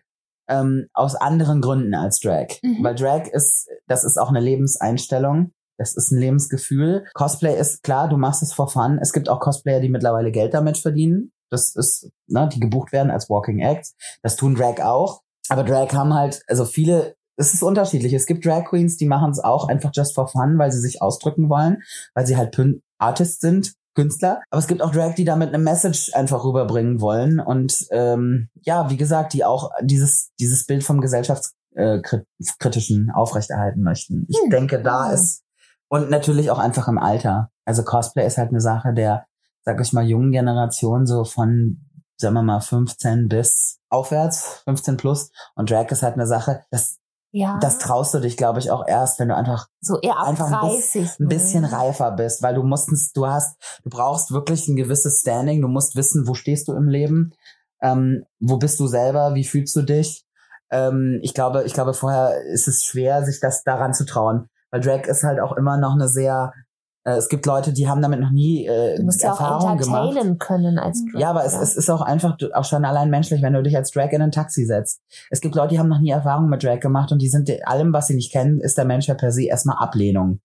Speaker 2: ähm, aus anderen Gründen als Drag.
Speaker 3: Mhm.
Speaker 2: Weil Drag ist, das ist auch eine Lebenseinstellung. Das ist ein Lebensgefühl. Cosplay ist klar, du machst es for fun. Es gibt auch Cosplayer, die mittlerweile Geld damit verdienen. Das ist, ne, die gebucht werden als Walking Acts. Das tun Drag auch. Aber Drag haben halt, also viele, es ist unterschiedlich. Es gibt Drag Queens, die machen es auch einfach just for fun, weil sie sich ausdrücken wollen, weil sie halt Pün- Artists sind, Künstler. Aber es gibt auch Drag, die damit eine Message einfach rüberbringen wollen. Und ähm, ja, wie gesagt, die auch dieses, dieses Bild vom Gesellschaftskritischen aufrechterhalten möchten. Ich
Speaker 3: Hm.
Speaker 2: denke, da
Speaker 3: Ja.
Speaker 2: ist. Und natürlich auch einfach im Alter. Also Cosplay ist halt eine Sache der sag ich mal, jungen Generation so von, sagen wir mal, 15 bis aufwärts, 15 plus. Und Drag ist halt eine Sache, das,
Speaker 3: Ja.
Speaker 2: das traust du dich, glaube ich, auch erst, wenn du einfach
Speaker 3: so eher ab
Speaker 2: einfach ein
Speaker 3: 30.
Speaker 2: ein bisschen
Speaker 3: ne?
Speaker 2: reifer bist, weil du musstest, du hast, du brauchst wirklich ein gewisses Standing, du musst wissen, wo stehst du im Leben, ähm, wo bist du selber, wie fühlst du dich. Ähm, ich glaube, ich glaube, vorher ist es schwer, sich das daran zu trauen, weil Drag ist halt auch immer noch eine sehr, äh, es gibt Leute, die haben damit noch nie äh,
Speaker 3: Du musst ja auch
Speaker 2: Erfahrung gemacht.
Speaker 3: entertainen können als Drag,
Speaker 2: Ja, aber es,
Speaker 3: oder?
Speaker 2: es ist auch einfach, du- auch schon allein menschlich, wenn du dich als Drag in ein Taxi setzt. Es gibt Leute, die haben noch nie Erfahrung mit Drag gemacht und die sind allem, was sie nicht kennen, ist der Mensch ja per se erstmal Ablehnung.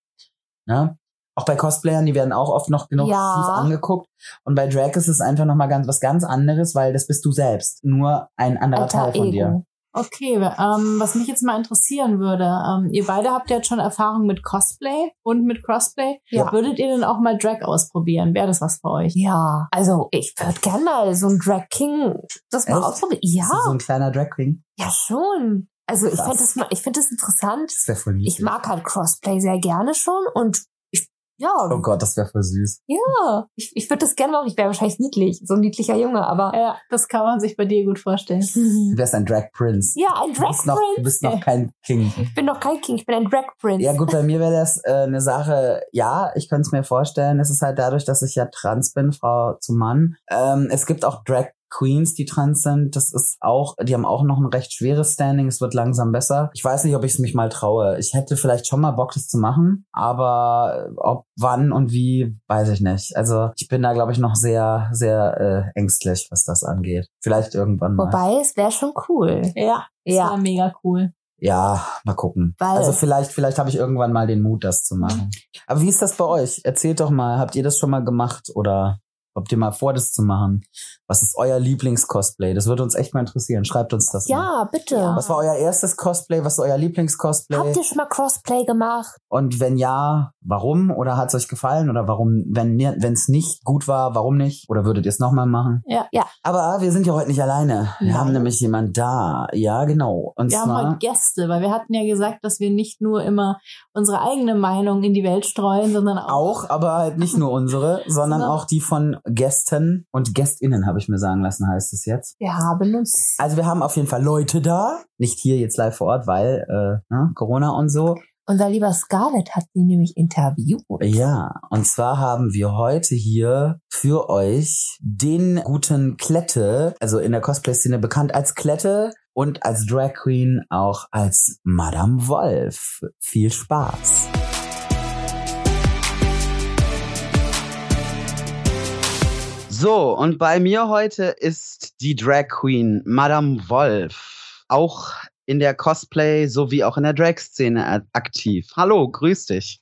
Speaker 2: Ne? Auch bei Cosplayern, die werden auch oft noch genug
Speaker 3: Ja.
Speaker 2: schief angeguckt. Und bei Drag ist es einfach nochmal ganz, was ganz anderes, weil das bist du selbst. Nur ein anderer
Speaker 3: Alter
Speaker 2: Teil von
Speaker 3: Ego.
Speaker 2: dir.
Speaker 4: Okay, ähm, was mich jetzt mal interessieren würde, ähm, ihr beide habt ja jetzt schon Erfahrung mit Cosplay und mit Crossplay.
Speaker 3: Ja.
Speaker 4: Würdet ihr denn auch mal Drag ausprobieren? Wäre das was für euch?
Speaker 3: Ja, also ich würde gerne mal so ein Drag King das mal
Speaker 2: Echt?
Speaker 3: ausprobieren.
Speaker 2: Bist du
Speaker 3: Ja,
Speaker 2: so ein kleiner Drag Queen?
Speaker 3: ja schon. Also ich
Speaker 2: Krass.
Speaker 3: fände das mal, ich finde das interessant.
Speaker 2: Das wäre voll
Speaker 3: Ich
Speaker 2: niedlich.
Speaker 3: mag halt Crossplay sehr gerne schon und ich,
Speaker 2: Oh
Speaker 3: ja,
Speaker 2: Gott, das wäre voll süß.
Speaker 3: ja, ich, ich würde das gerne machen. Ich wäre wahrscheinlich niedlich, so ein niedlicher Junge, aber äh,
Speaker 4: Ja, das kann man sich bei dir gut vorstellen.
Speaker 2: Du wärst ein Drag Prince.
Speaker 3: ja, ein
Speaker 2: Du
Speaker 3: Drag
Speaker 2: bist noch,
Speaker 3: Prince.
Speaker 2: du bist noch kein King.
Speaker 3: Ich bin noch kein King, ich bin ein Drag Prince.
Speaker 2: Ja, gut, bei mir wäre das äh, eine Sache, ja, ich könnte es mir vorstellen. Es ist halt dadurch, dass ich ja trans bin, Frau zu Mann. Ähm, es gibt auch Drag Queens, die trans sind. Das ist auch, die haben auch noch ein recht schweres Standing. Es wird langsam besser. Ich weiß nicht, ob ich es mich mal traue. Ich hätte vielleicht schon mal Bock, das zu machen, aber ob wann und wie, weiß ich nicht. Also ich bin da, glaube ich, noch sehr, sehr äh, ängstlich, was das angeht. Vielleicht irgendwann mal.
Speaker 3: Wobei, es wäre schon cool.
Speaker 4: Ja, das
Speaker 3: Ja.
Speaker 4: wäre mega cool.
Speaker 2: Ja, mal gucken.
Speaker 3: Weil-
Speaker 2: also vielleicht, vielleicht habe ich irgendwann mal den Mut, das zu machen. Aber wie ist das bei euch? Erzählt doch mal, habt ihr das schon mal gemacht oder habt ihr mal vor, das zu machen? Was ist euer Lieblingscosplay? Das würde uns echt mal interessieren. Schreibt uns das mal.
Speaker 3: Ja, bitte.
Speaker 4: Ja.
Speaker 2: Was war euer erstes Cosplay? Was ist euer Lieblingscosplay?
Speaker 3: Habt ihr schon mal Crossplay gemacht?
Speaker 2: Und wenn ja, warum? Oder hat es euch gefallen? Oder warum, wenn es nicht gut war, warum nicht? Oder würdet ihr es nochmal machen?
Speaker 4: Ja.
Speaker 3: Ja.
Speaker 2: Aber wir sind ja heute nicht alleine. Wir
Speaker 4: Nein.
Speaker 2: haben nämlich jemand da. Ja, genau. Und
Speaker 4: Wir haben
Speaker 2: zwar
Speaker 4: heute Gäste, weil wir hatten ja gesagt, dass wir nicht nur immer unsere eigene Meinung in die Welt streuen, sondern auch,
Speaker 2: Auch, aber halt nicht nur unsere, sondern
Speaker 4: Sondern-
Speaker 2: auch die von Gästen und Gästinnen, habe ich mir sagen lassen, heißt es jetzt.
Speaker 3: Wir haben uns.
Speaker 2: Also wir haben auf jeden Fall Leute da, nicht hier jetzt live vor Ort, weil äh, ne, Corona und so.
Speaker 3: Unser lieber Scarlett hat sie nämlich interviewt.
Speaker 2: Ja, und zwar haben wir heute hier für euch den guten Klette, also in der Cosplay-Szene bekannt als Klette und als Drag Queen auch als Madame Wolf. Viel Spaß. So, und bei mir heute ist die Drag Queen Madame Wolf, auch in der Cosplay sowie auch in der Drag-Szene a- aktiv. Hallo, grüß dich.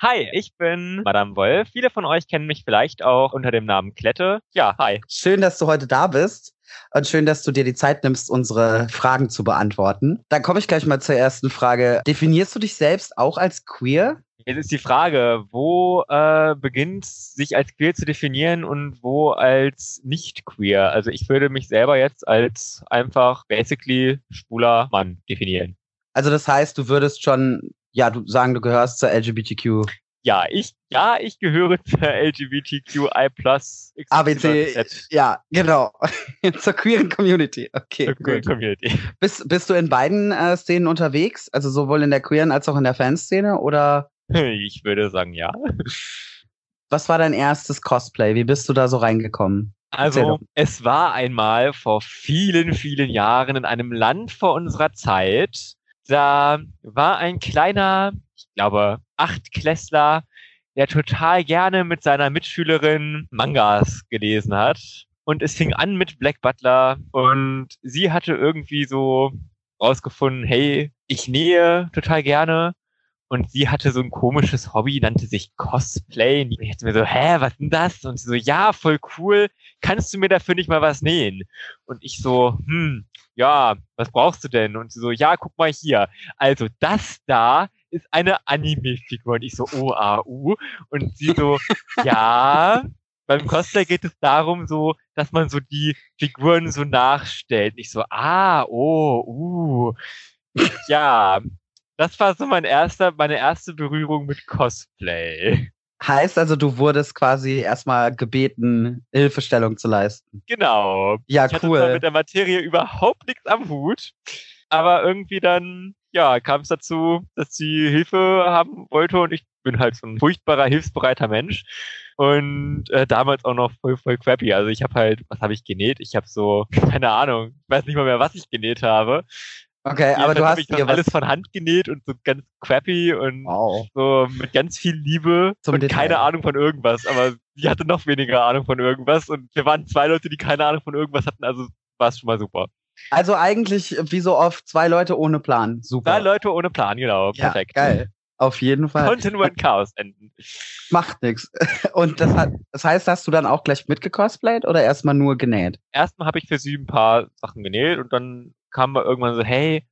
Speaker 5: Hi, ich bin Madame Wolf. Viele von euch kennen mich vielleicht auch unter dem Namen Klette. Ja, hi.
Speaker 2: Schön, dass du heute da bist und schön, dass du dir die Zeit nimmst, unsere Fragen zu beantworten. Dann komme ich gleich mal zur ersten Frage. Definierst du dich selbst auch als queer?
Speaker 5: Jetzt ist die Frage, wo äh, beginnt sich als queer zu definieren und wo als nicht queer? Also ich würde mich selber jetzt als einfach basically schwuler Mann definieren.
Speaker 2: Also das heißt, du würdest schon, ja, du sagen, du gehörst zur LGBTQ.
Speaker 5: Ja, ich, ja, ich gehöre zur LGBTQI+.
Speaker 2: ABC. Ja, genau. zur queeren Community. Okay, gut.
Speaker 5: Community.
Speaker 2: Bist, bist du in beiden äh, Szenen unterwegs? Also sowohl in der queeren als auch in der Fanszene? Oder
Speaker 5: Ich würde sagen, ja.
Speaker 2: was war dein erstes Cosplay? Wie bist du da so reingekommen? Erzähl doch.
Speaker 5: Also, es war einmal vor vielen, vielen Jahren in einem Land vor unserer Zeit. Da war ein kleiner, ich glaube, Achtklässler, der total gerne mit seiner Mitschülerin Mangas gelesen hat. Und es fing an mit Black Butler und sie hatte irgendwie so rausgefunden, hey, ich nähe total gerne. Und sie hatte so ein komisches Hobby, nannte sich Cosplay. Und ich dachte mir so, hä, was denn das? Und sie so, ja, voll cool kannst du mir dafür nicht mal was nähen? Und ich so, hm, ja, was brauchst du denn? Und sie so, ja, guck mal hier. Also das da ist eine Anime-Figur. Und ich so, oh, ah, uh. Und sie so, ja, beim Cosplay geht es darum so, dass man so die Figuren so nachstellt. Und ich so, ah, oh, uh. Ja, das war so mein erster, meine erste Berührung mit Cosplay.
Speaker 6: Heißt also, du wurdest quasi erstmal gebeten, Hilfestellung zu leisten.
Speaker 5: Genau.
Speaker 6: Ja,
Speaker 5: Ich hatte zwar
Speaker 6: cool.
Speaker 5: mit der Materie überhaupt nichts am Hut, aber irgendwie dann, ja, kam es dazu, dass sie Hilfe haben wollte und ich bin halt so ein furchtbarer, hilfsbereiter Mensch und äh, damals auch noch voll, voll crappy. Also ich habe halt, was habe ich genäht? Ich habe so, keine Ahnung, ich weiß nicht mal mehr, was ich genäht habe.
Speaker 6: Okay, Äh, aber
Speaker 5: Jedenfalls
Speaker 6: du
Speaker 5: hab
Speaker 6: hast
Speaker 5: ich das
Speaker 6: dir was.
Speaker 5: alles von Hand genäht und so ganz crappy und
Speaker 6: wow.
Speaker 5: so mit ganz viel Liebe
Speaker 6: Zum
Speaker 5: und
Speaker 6: Detail.
Speaker 5: keine Ahnung von irgendwas. Aber sie hatte noch weniger Ahnung von irgendwas und wir waren zwei Leute, die keine Ahnung von irgendwas hatten, also war es schon mal super.
Speaker 6: Also eigentlich, wie so oft, zwei Leute ohne Plan. Super.
Speaker 5: Drei Leute ohne Plan, genau.
Speaker 6: ja,
Speaker 5: perfekt.
Speaker 6: Geil. Auf jeden Fall.
Speaker 5: Konnte nur in Chaos enden.
Speaker 6: Macht nichts. Und das, hat, das heißt, hast du dann auch gleich mitgecosplayt oder erstmal nur genäht?
Speaker 5: Erstmal habe ich für sie ein paar Sachen genäht und dann kam mal irgendwann so, hey,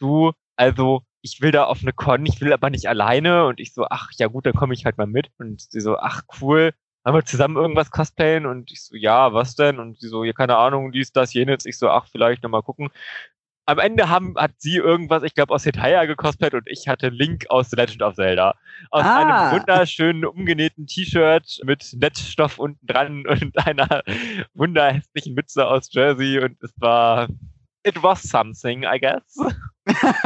Speaker 5: du, also ich will da auf eine Con, ich will aber nicht alleine und ich so, ach ja gut, dann komme ich halt mal mit und sie so, ach cool, haben wir zusammen irgendwas cosplayen und ich so, ja, was denn? Und sie so, ja, keine Ahnung, dies, das, jenes. Ich so, ach, vielleicht nochmal gucken. Am Ende haben, hat sie irgendwas, ich glaube, aus Hetaya gecosplayt und ich hatte Link aus The Legend of Zelda. Aus
Speaker 6: Ah.
Speaker 5: einem wunderschönen, umgenähten T-Shirt mit Netzstoff unten dran und einer wunderhässlichen Mütze aus Jersey und es war, it was something, I guess.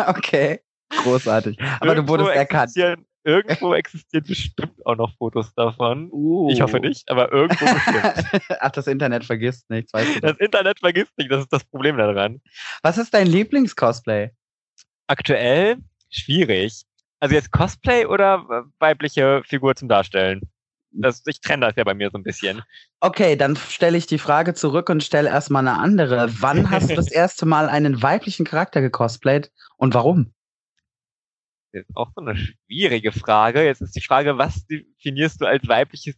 Speaker 6: okay. Großartig. Aber du
Speaker 5: Irgendwo
Speaker 6: wurdest erkannt.
Speaker 5: existieren- Irgendwo existieren bestimmt auch noch Fotos davon.
Speaker 6: Uh.
Speaker 5: Ich hoffe nicht, aber irgendwo bestimmt.
Speaker 6: Ach, das Internet vergisst nichts, weißt du. Das.
Speaker 5: Das Internet vergisst nicht, das ist das Problem daran.
Speaker 6: Was ist dein Lieblingscosplay?
Speaker 5: Aktuell schwierig. Also jetzt Cosplay oder weibliche Figur zum Darstellen? Das, ich trenne das ja bei mir so ein bisschen.
Speaker 6: Okay, dann stelle ich die Frage zurück und stelle erstmal eine andere. Wann hast du das erste Mal einen weiblichen Charakter gecosplayt und warum?
Speaker 5: Das ist auch so eine schwierige Frage. Jetzt ist die Frage, was definierst du als weibliches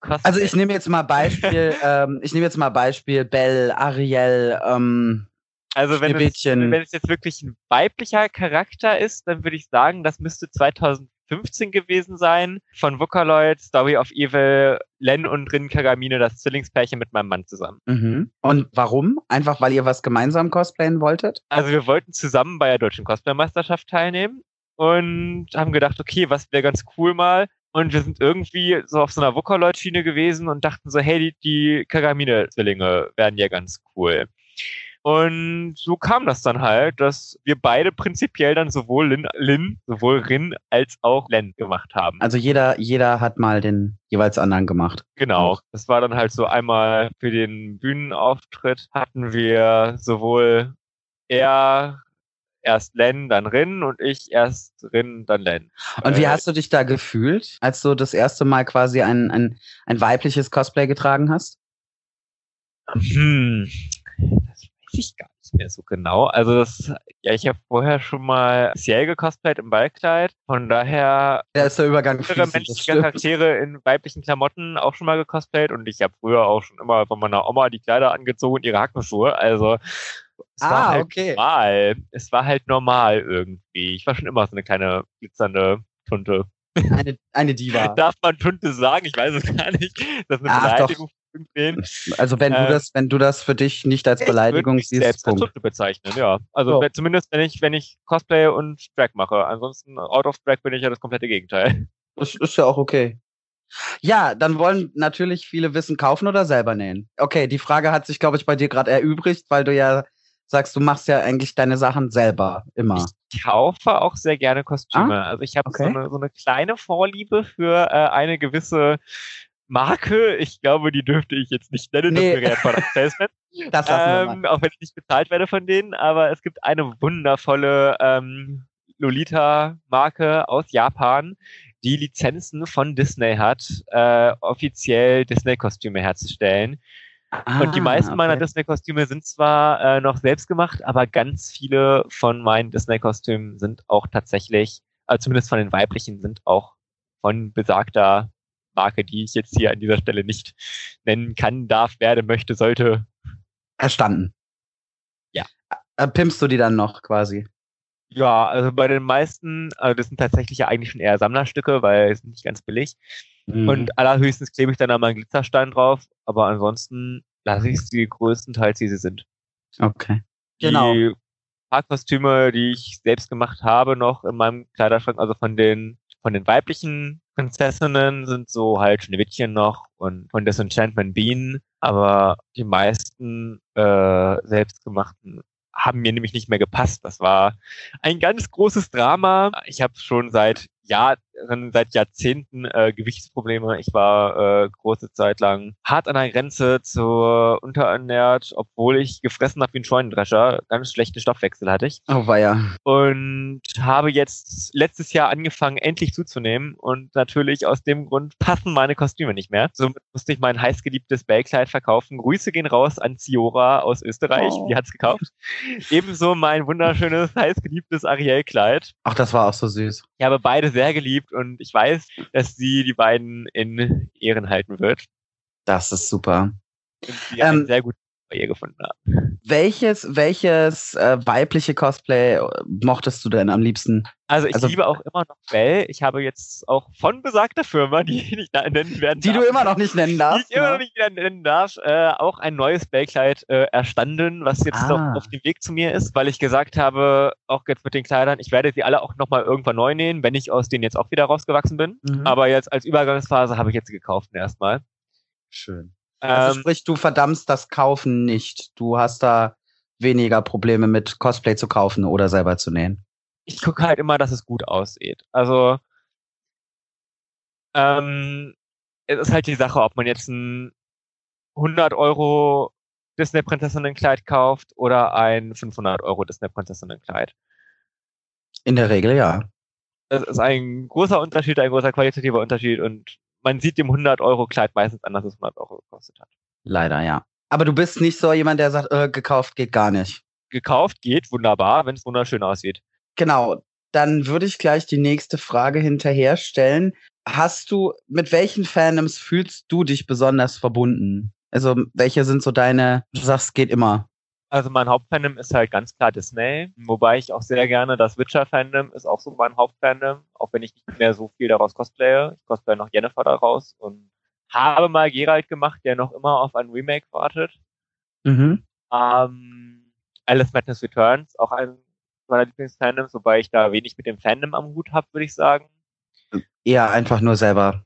Speaker 5: Cosplay?
Speaker 6: Also ich nehme jetzt mal Beispiel, ähm, ich nehme jetzt mal Beispiel Belle, Ariel, ähm,
Speaker 5: Also wenn es,
Speaker 6: Schneewittchen.
Speaker 5: wenn es jetzt wirklich ein weiblicher Charakter ist, dann würde ich sagen, das müsste 2015 gewesen sein. Von Vocaloid, Story of Evil, Len und Rin Kagamine, das Zwillingspärchen mit meinem Mann zusammen.
Speaker 6: mhm. und warum? Einfach weil ihr was gemeinsam cosplayen wolltet?
Speaker 5: Also wir wollten zusammen bei der Deutschen Cosplay-Meisterschaft teilnehmen und haben gedacht, okay, was wäre ganz cool mal. Und wir sind irgendwie so auf so einer Vocaloid-Schiene gewesen und dachten so, hey, die, die Kagamine-Zwillinge wären ja ganz cool. Und so kam das dann halt, dass wir beide prinzipiell dann sowohl Lin, Lin sowohl Rin als auch Len gemacht haben.
Speaker 6: Also jeder, jeder hat mal den jeweils anderen gemacht.
Speaker 5: Genau.
Speaker 6: Auch.
Speaker 5: Das war dann halt so einmal für den Bühnenauftritt hatten wir sowohl er erst Len, dann Rin und ich erst Rin, dann Len.
Speaker 6: Und
Speaker 5: Äh,
Speaker 6: wie hast du dich da gefühlt, als du das erste Mal quasi ein, ein, ein weibliches Cosplay getragen hast?
Speaker 5: Hm, das weiß ich gar nicht mehr so genau. Also das, ja, ich habe vorher schon mal Ciel gecosplayt im Ballkleid. Von daher
Speaker 6: Da ist der Übergang
Speaker 5: andere
Speaker 6: fließend, das
Speaker 5: menschliche
Speaker 6: stimmt.
Speaker 5: Charaktere in weiblichen Klamotten auch schon mal gecosplayt und ich habe früher auch schon immer von meiner Oma die Kleider angezogen und ihre Hackenschuhe. Also es war
Speaker 6: Ah,
Speaker 5: halt
Speaker 6: okay.
Speaker 5: normal. Es war halt normal irgendwie. Ich war schon immer so eine kleine glitzernde Tunte.
Speaker 6: Eine, eine Diva.
Speaker 5: Darf man Tunte sagen? Ich weiß es gar nicht. Das ist eine
Speaker 6: Ach, doch.
Speaker 5: Beleidigung. für irgendwen.
Speaker 6: Also wenn du
Speaker 5: Äh,
Speaker 6: das, wenn du das für dich nicht als Beleidigung
Speaker 5: Ich würde mich
Speaker 6: siehst,
Speaker 5: selbst als
Speaker 6: Punkt.
Speaker 5: Tunte bezeichnen, ja. Also
Speaker 6: So.
Speaker 5: wenn- zumindest wenn ich, wenn ich Cosplay und Drag mache. Ansonsten out of Drag bin ich ja das komplette Gegenteil.
Speaker 6: Das ist ja auch okay. Ja, dann wollen natürlich viele wissen, kaufen oder selber nähen. Okay, die Frage hat sich, glaube ich, bei dir gerade erübrigt, weil du ja sagst, du machst ja eigentlich deine Sachen selber immer.
Speaker 5: Ich kaufe auch sehr gerne Kostüme. also ich habe
Speaker 6: Ah, okay.
Speaker 5: so, eine, so eine kleine Vorliebe für äh, eine gewisse Marke. Ich glaube, die dürfte ich jetzt nicht nennen.
Speaker 6: Nee.
Speaker 5: Das wäre ja Product Placement.
Speaker 6: Das lassen wir mal.
Speaker 5: ähm, auch wenn ich nicht bezahlt werde von denen, aber es gibt eine wundervolle ähm, Lolita-Marke aus Japan, die Lizenzen von Disney hat, äh, offiziell Disney-Kostüme herzustellen. Und die
Speaker 6: Ah,
Speaker 5: meisten meiner
Speaker 6: okay.
Speaker 5: Disney-Kostüme sind zwar äh, noch selbst gemacht, aber ganz viele von meinen Disney-Kostümen sind auch tatsächlich, äh, zumindest von den weiblichen, sind auch von besagter Marke, die ich jetzt hier an dieser Stelle nicht nennen kann, darf, werde, möchte, sollte,
Speaker 6: Verstanden.
Speaker 5: Ja.
Speaker 6: Äh, Pimpst du die dann noch quasi?
Speaker 5: Ja, also bei den meisten, also das sind tatsächlich ja eigentlich schon eher Sammlerstücke, weil es sind nicht ganz billig.
Speaker 6: Mhm.
Speaker 5: Und allerhöchstens klebe ich dann einmal einen Glitzerstein drauf, aber ansonsten lasse ich sie größtenteils, wie sie sind.
Speaker 6: okay. Genau.
Speaker 5: Die paar Kostüme, die ich selbst gemacht habe, noch in meinem Kleiderschrank, also von den, von den weiblichen Prinzessinnen sind so halt Schneewittchen noch und von Disenchantment Bean, aber die meisten äh, selbstgemachten haben mir nämlich nicht mehr gepasst. Das war ein ganz großes Drama. Ich habe schon seit Jahren, seit Jahrzehnten äh, Gewichtsprobleme. Ich war äh, große Zeit lang hart an der Grenze zur unterernährt, obwohl ich gefressen habe wie ein Scheunendrescher. Ganz schlechten Stoffwechsel hatte ich
Speaker 6: Oh, weia.
Speaker 5: und habe jetzt letztes Jahr angefangen, endlich zuzunehmen. Und natürlich aus dem Grund passen meine Kostüme nicht mehr. Somit musste ich mein heißgeliebtes Bellkleid verkaufen. Grüße gehen raus an Ciora aus Österreich.
Speaker 6: Oh.
Speaker 5: Die hat's gekauft. Ebenso mein wunderschönes, heißgeliebtes Ariel-Kleid.
Speaker 6: Ach, das war auch so süß.
Speaker 5: Ich habe beide sehr geliebt und ich weiß, dass sie die beiden in Ehren halten wird.
Speaker 6: Das ist super.
Speaker 5: Und wir einen
Speaker 6: Ähm.
Speaker 5: sehr guten bei ihr gefunden haben.
Speaker 6: Welches, welches äh, weibliche Cosplay äh, mochtest du denn am liebsten?
Speaker 5: Also ich
Speaker 6: Also-
Speaker 5: liebe auch immer noch Bell. Ich habe jetzt auch von besagter Firma, die ich nicht nennen werden
Speaker 6: Die
Speaker 5: darf,
Speaker 6: du immer noch nicht nennen
Speaker 5: die
Speaker 6: darfst.
Speaker 5: ich immer noch
Speaker 6: ne?
Speaker 5: nicht wieder nennen darf, äh, auch ein neues Bellkleid äh, erstanden, was jetzt
Speaker 6: Ah.
Speaker 5: noch auf dem Weg zu mir ist, weil ich gesagt habe, auch jetzt mit den Kleidern, ich werde sie alle auch nochmal irgendwann neu nähen, wenn ich aus denen jetzt auch wieder rausgewachsen bin.
Speaker 6: Mhm.
Speaker 5: Aber jetzt als Übergangsphase habe ich jetzt gekauft erstmal.
Speaker 6: Schön. Also
Speaker 5: Ähm,
Speaker 6: sprich, du verdammst das Kaufen nicht. Du hast da weniger Probleme mit Cosplay zu kaufen oder selber zu nähen.
Speaker 5: ich gucke halt immer, dass es gut aussieht. Also ähm, es ist halt die Sache, ob man jetzt ein 100 Euro Disney-Prinzessinnen-Kleid kauft oder ein 500 Euro Disney-Prinzessinnen-Kleid.
Speaker 6: In der Regel ja.
Speaker 5: das ist ein großer Unterschied, ein großer qualitativer Unterschied und man sieht dem 100 Euro Kleid meistens an, dass es 100 Euro gekostet hat.
Speaker 6: Leider ja. Aber du bist nicht so jemand, der sagt, äh, gekauft geht gar nicht.
Speaker 5: Gekauft geht wunderbar, wenn es wunderschön aussieht.
Speaker 6: Genau. Dann würde ich gleich die nächste Frage hinterher stellen. Hast du, mit welchen Fandoms fühlst du dich besonders verbunden? Also, welche sind so deine, du sagst, geht immer.
Speaker 5: Also mein Hauptfandom ist halt ganz klar Disney, wobei ich auch sehr gerne das Witcher-Fandom ist auch so mein Hauptfandom, auch wenn ich nicht mehr so viel daraus cosplaye. Ich cosplaye noch Jennifer daraus und habe mal Geralt gemacht, der noch immer auf ein Remake wartet.
Speaker 6: Mhm.
Speaker 5: Ähm, Alice Madness Returns, auch ein meiner Lieblingsfandoms, wobei ich da wenig mit dem Fandom am Hut habe, würde ich sagen.
Speaker 6: Eher einfach nur selber.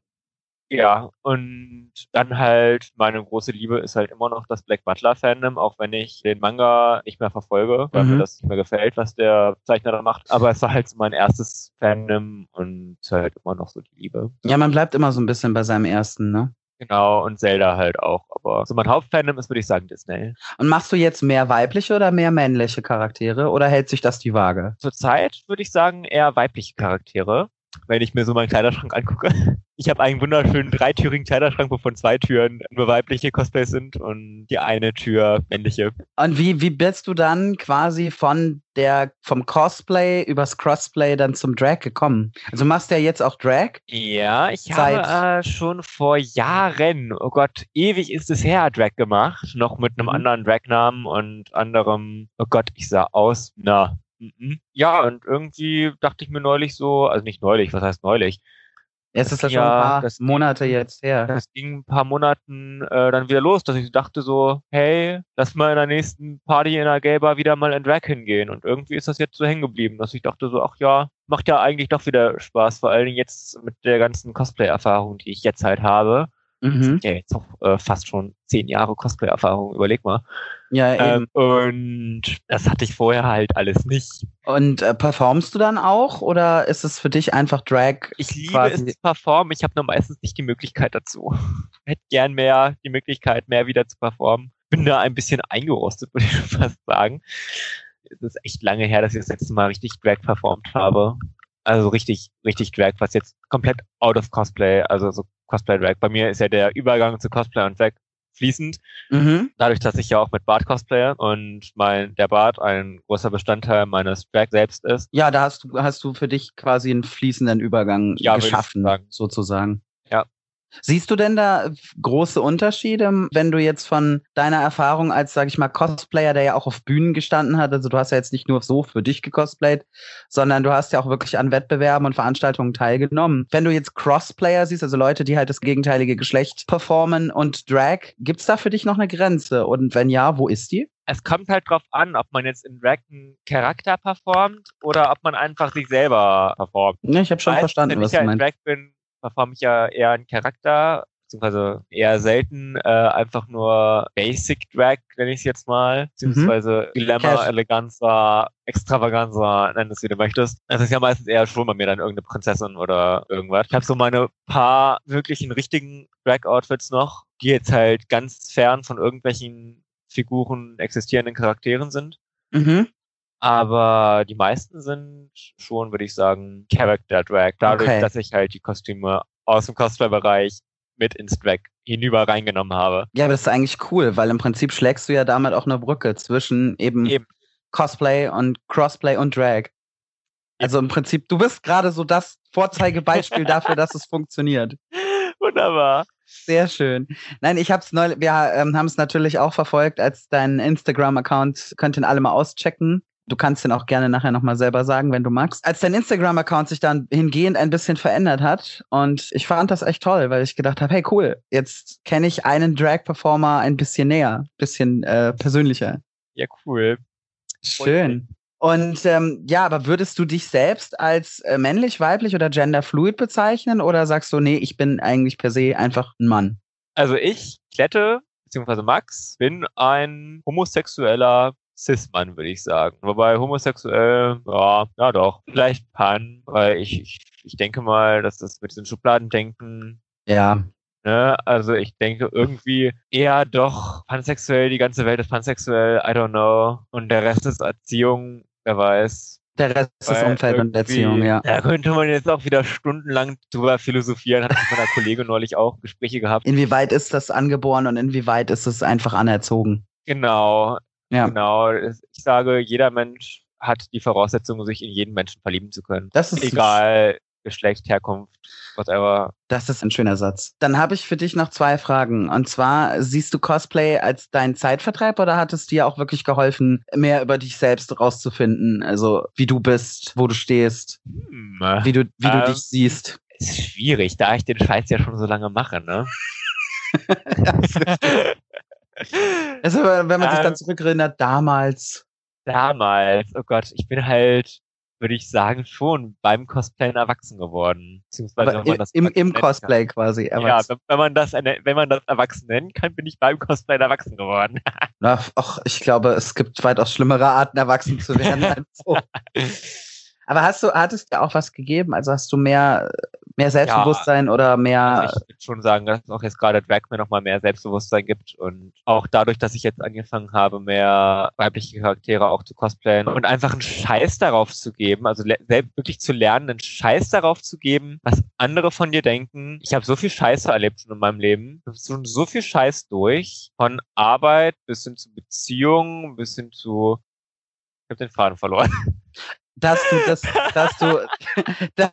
Speaker 5: Ja, und dann halt meine große Liebe ist halt immer noch das Black Butler Fandom, auch wenn ich den Manga nicht mehr verfolge, weil
Speaker 6: Mhm.
Speaker 5: mir das nicht mehr gefällt, was der Zeichner da macht. Aber es war halt so mein erstes Fandom und halt immer noch so die Liebe.
Speaker 6: Ja, man bleibt immer so ein bisschen bei seinem ersten, ne?
Speaker 5: Genau, und Zelda halt auch. Aber so mein Hauptfandom ist, würde ich sagen, Disney.
Speaker 6: Und machst du jetzt mehr weibliche oder mehr männliche Charaktere oder hält sich das die Waage?
Speaker 5: Zurzeit würde ich sagen eher weibliche Charaktere, wenn ich mir so meinen Kleiderschrank angucke. Ich habe einen wunderschönen dreitürigen Kleiderschrank, wovon zwei Türen nur weibliche Cosplays sind und die eine Tür männliche.
Speaker 6: Und wie, wie bist du dann quasi von der, vom Cosplay übers Crossplay dann zum Drag gekommen? Also machst du ja jetzt auch Drag?
Speaker 5: Ja, ich
Speaker 6: Seit-
Speaker 5: habe äh, schon vor Jahren, oh Gott, ewig ist es her, Drag gemacht. Noch mit einem
Speaker 6: Mhm.
Speaker 5: anderen Dragnamen und anderem, oh Gott, ich sah aus, na. mhm. Ja, und irgendwie dachte ich mir neulich so, also nicht neulich, was heißt neulich?
Speaker 6: Es ist ja schon
Speaker 5: Ja,
Speaker 6: ein paar
Speaker 5: das-
Speaker 6: Monate jetzt her.
Speaker 5: Das ging ein paar Monaten äh, dann wieder los, dass ich dachte so, hey, lass mal in der nächsten Party in der Gelber wieder mal in Drag hingehen. Und irgendwie ist das jetzt so hängen geblieben, dass ich dachte so, ach ja, macht ja eigentlich doch wieder Spaß, vor allen Dingen jetzt mit der ganzen Cosplay-Erfahrung, die ich jetzt halt habe.
Speaker 6: Mhm.
Speaker 5: ja jetzt auch äh, fast schon zehn Jahre Cosplay-Erfahrung, überleg mal.
Speaker 6: Ja, eben.
Speaker 5: Ähm, und das hatte ich vorher halt alles nicht.
Speaker 6: Und äh, performst du dann auch oder ist es für dich einfach Drag?
Speaker 5: Ich liebe
Speaker 6: Quasi-
Speaker 5: es zu performen, ich habe nur meistens nicht die Möglichkeit dazu. Ich hätte gern mehr die Möglichkeit, mehr wieder zu performen. Bin da ein bisschen eingerostet, würde ich schon fast sagen. Es ist echt lange her, dass ich das letzte Mal richtig Drag performt habe. Also richtig, richtig Drag, was jetzt komplett out of Cosplay, also so Cosplay-Drag. Bei mir ist ja der Übergang zu Cosplay und Drag fließend.
Speaker 6: Mhm.
Speaker 5: dadurch, dass ich ja auch mit Bart cosplaye und mein, der Bart ein großer Bestandteil meines Drag selbst ist,
Speaker 6: Ja, da hast du, hast du für dich quasi einen fließenden Übergang
Speaker 5: Ja, würde ich
Speaker 6: geschaffen,
Speaker 5: sagen.
Speaker 6: sozusagen.
Speaker 5: Ja.
Speaker 6: Siehst du denn da große Unterschiede, wenn du jetzt von deiner Erfahrung als, sag ich mal, Cosplayer, der ja auch auf Bühnen gestanden hat, also du hast ja jetzt nicht nur so für dich gecosplayt, sondern du hast ja auch wirklich an Wettbewerben und Veranstaltungen teilgenommen. Wenn du jetzt Crossplayer siehst, also Leute, die halt das gegenteilige Geschlecht performen und Drag, gibt's da für dich noch eine Grenze? Und wenn ja, wo ist die?
Speaker 5: es kommt halt drauf an, ob man jetzt in Drag einen Charakter performt oder ob man einfach sich selber performt.
Speaker 6: Ne, ich habe schon
Speaker 5: Meistens,
Speaker 6: verstanden,
Speaker 5: wenn
Speaker 6: was
Speaker 5: ich ja
Speaker 6: du
Speaker 5: in
Speaker 6: meinst.
Speaker 5: Drag bin, performe ich ja eher einen Charakter, beziehungsweise eher selten, äh, einfach nur Basic Drag, nenne ich es jetzt mal, beziehungsweise Glamour,
Speaker 6: Mhm. Cash.
Speaker 5: Eleganza, Extravaganza, nenn es wie du möchtest. Das ist ja meistens eher schon bei mir dann irgendeine Prinzessin oder irgendwas. Ich habe so meine paar wirklichen richtigen Drag-Outfits noch, die jetzt halt ganz fern von irgendwelchen Figuren, existierenden Charakteren sind.
Speaker 6: Mhm.
Speaker 5: Aber die meisten sind schon, würde ich sagen, Character Drag. Dadurch,
Speaker 6: Okay.
Speaker 5: dass ich halt die Kostüme aus dem Cosplay-Bereich mit ins Drag hinüber reingenommen habe.
Speaker 6: Ja, aber das ist eigentlich cool, weil im Prinzip schlägst du ja damit auch eine Brücke zwischen eben,
Speaker 5: Eben.
Speaker 6: Cosplay und Crossplay und Drag. Also im Prinzip, du bist gerade so das Vorzeigebeispiel dafür, dass es funktioniert.
Speaker 5: Wunderbar.
Speaker 6: Sehr schön. Nein, ich hab's neu, wir ähm, haben es natürlich auch verfolgt als dein Instagram-Account. Könnt ihn alle mal auschecken. Du kannst den auch gerne nachher nochmal selber sagen, wenn du magst. Als dein Instagram-Account sich dann hingehend ein bisschen verändert hat. Und ich fand das echt toll, weil ich gedacht habe, hey cool, jetzt kenne ich einen Drag-Performer ein bisschen näher, bisschen äh, persönlicher.
Speaker 5: Ja, cool.
Speaker 6: Schön. Und ähm, ja, aber würdest du dich selbst als äh, männlich, weiblich oder genderfluid bezeichnen? Oder sagst du, nee, ich bin eigentlich per se einfach ein Mann?
Speaker 5: Also ich, Klette, beziehungsweise Max, bin ein homosexueller Cis-Mann, würde ich sagen. Wobei homosexuell, ja, na doch, vielleicht Pan, weil ich, ich, ich denke mal, dass das mit diesem Schubladendenken
Speaker 6: Ja,
Speaker 5: Ne? Also ich denke irgendwie eher doch pansexuell, die ganze Welt ist pansexuell, I don't know. Und der Rest ist Erziehung, wer weiß.
Speaker 6: Der Rest ist
Speaker 5: Weil
Speaker 6: Umfeld und
Speaker 5: irgendwie-
Speaker 6: Erziehung, ja.
Speaker 5: Da könnte man jetzt auch wieder stundenlang drüber philosophieren. Hat mit meiner Kollegin neulich auch Gespräche gehabt.
Speaker 6: Inwieweit ist das angeboren und inwieweit ist es einfach anerzogen?
Speaker 5: Genau,
Speaker 6: Ja.
Speaker 5: genau. Ich sage, jeder Mensch hat die Voraussetzung, sich in jeden Menschen verlieben zu können.
Speaker 6: Das ist
Speaker 5: Egal, Geschlecht, Herkunft, whatever.
Speaker 6: Das ist ein schöner Satz. Dann habe ich für dich noch zwei Fragen. Und zwar, siehst du Cosplay als deinen Zeitvertreib oder hat es dir auch wirklich geholfen, mehr über dich selbst rauszufinden? Also, wie du bist, wo du stehst,
Speaker 5: Hm.
Speaker 6: wie du, wie du
Speaker 5: Ähm.
Speaker 6: dich siehst.
Speaker 5: Ist schwierig, da ich den Scheiß ja schon so lange mache, ne?
Speaker 6: Also, wenn man sich
Speaker 5: Ähm.
Speaker 6: dann zurückerinnert, damals.
Speaker 5: Damals, oh Gott, ich bin halt, würde ich sagen, schon beim Cosplayen erwachsen geworden. Beziehungsweise,
Speaker 6: Aber im, im
Speaker 5: erwachsen nennen
Speaker 6: Cosplay quasi.
Speaker 5: Kann.
Speaker 6: Aber
Speaker 5: Ja, wenn, wenn man das eine, wenn man das erwachsen nennen kann, bin ich beim Cosplayen erwachsen geworden.
Speaker 6: na, ach, ich glaube, es gibt weitaus schlimmere Arten, erwachsen zu werden als so. Aber hast du, hat es dir auch was gegeben? Also hast du mehr, mehr Selbstbewusstsein oder mehr.
Speaker 5: Also ich würde schon sagen, dass auch jetzt gerade Drag mir nochmal mehr Selbstbewusstsein gibt und auch dadurch, dass ich jetzt angefangen habe, mehr weibliche Charaktere auch zu cosplayen und einfach einen Scheiß darauf zu geben, also le- sel- wirklich zu lernen, einen Scheiß darauf zu geben, was andere von dir denken. Ich habe so viel Scheiße erlebt schon in meinem Leben, Ich hab schon so viel Scheiß durch, von Arbeit bis hin zu Beziehungen, bis hin zu... Ich habe den Faden verloren.
Speaker 6: dass du, das, dass du, dass,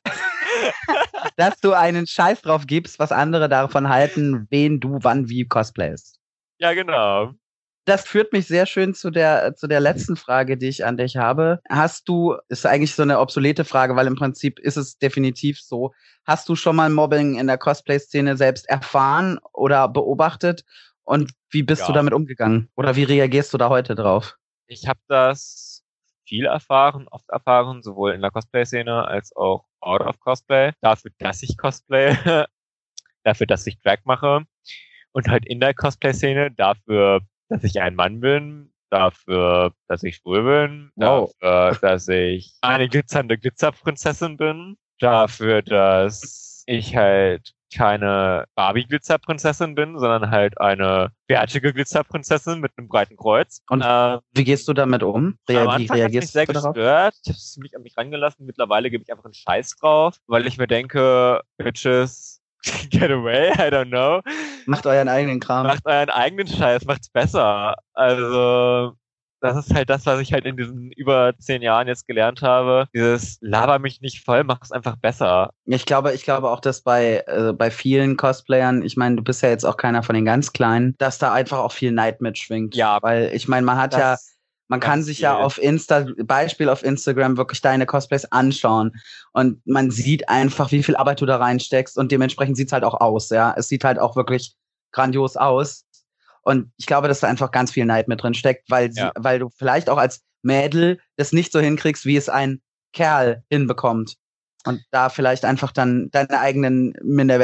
Speaker 6: dass du einen Scheiß drauf gibst, was andere davon halten, wen du wann wie cosplayst.
Speaker 5: Ja, genau.
Speaker 6: Das führt mich sehr schön zu der, zu der letzten Frage, die ich an dich habe. Hast du, ist eigentlich so eine obsolete Frage, weil im Prinzip ist es definitiv so. Hast du schon mal Mobbing in der Cosplay-Szene selbst erfahren oder beobachtet? Und wie bist du
Speaker 5: Ja.
Speaker 6: damit umgegangen? Oder wie reagierst du da heute drauf?
Speaker 5: ich habe das viel erfahren, oft erfahren, sowohl in der Cosplay-Szene als auch out of Cosplay. Dafür, dass ich Cosplay, dafür, dass ich Drag mache und halt in der Cosplay-Szene dafür, dass ich ein Mann bin, dafür, dass ich schwul bin,
Speaker 6: Wow.
Speaker 5: dafür, dass ich eine glitzernde Glitzerprinzessin bin, dafür, dass ich halt keine Barbie-Glitzerprinzessin bin, sondern halt eine wertige Glitzerprinzessin mit einem breiten Kreuz.
Speaker 6: Und
Speaker 5: Ähm,
Speaker 6: Wie gehst du damit um? Rea-
Speaker 5: am
Speaker 6: wie
Speaker 5: Anfang hat mich
Speaker 6: reagierst
Speaker 5: sehr
Speaker 6: du darauf?
Speaker 5: gestört. Ich hab's mich an mich rangelassen. Mittlerweile gebe ich einfach einen Scheiß drauf, weil ich mir denke, Bitches, get away, I don't know.
Speaker 6: Macht euren eigenen Kram.
Speaker 5: Macht euren eigenen Scheiß, macht's besser. Also, das ist halt das, was ich halt in diesen über zehn Jahren jetzt gelernt habe. Dieses laber mich nicht voll, mach's einfach besser.
Speaker 6: Ich glaube, ich glaube auch, dass bei, äh, bei vielen Cosplayern, ich meine, du bist ja jetzt auch keiner von den ganz Kleinen, dass da einfach auch viel Neid mitschwingt.
Speaker 5: Ja.
Speaker 6: Weil ich meine, man hat ja,
Speaker 5: Das-
Speaker 6: man kann
Speaker 5: ganz
Speaker 6: sich
Speaker 5: viel.
Speaker 6: ja auf Insta, Beispiel auf Instagram wirklich deine Cosplays anschauen. Und man sieht einfach, wie viel Arbeit du da reinsteckst und dementsprechend sieht's halt auch aus, ja. Es sieht halt auch wirklich grandios aus. Und ich glaube, dass da einfach ganz viel Neid mit drin steckt, weil, sie,
Speaker 5: Ja.
Speaker 6: weil du vielleicht auch als Mädel das nicht so hinkriegst, wie es ein Kerl hinbekommt.
Speaker 2: Und da vielleicht einfach dann deine eigenen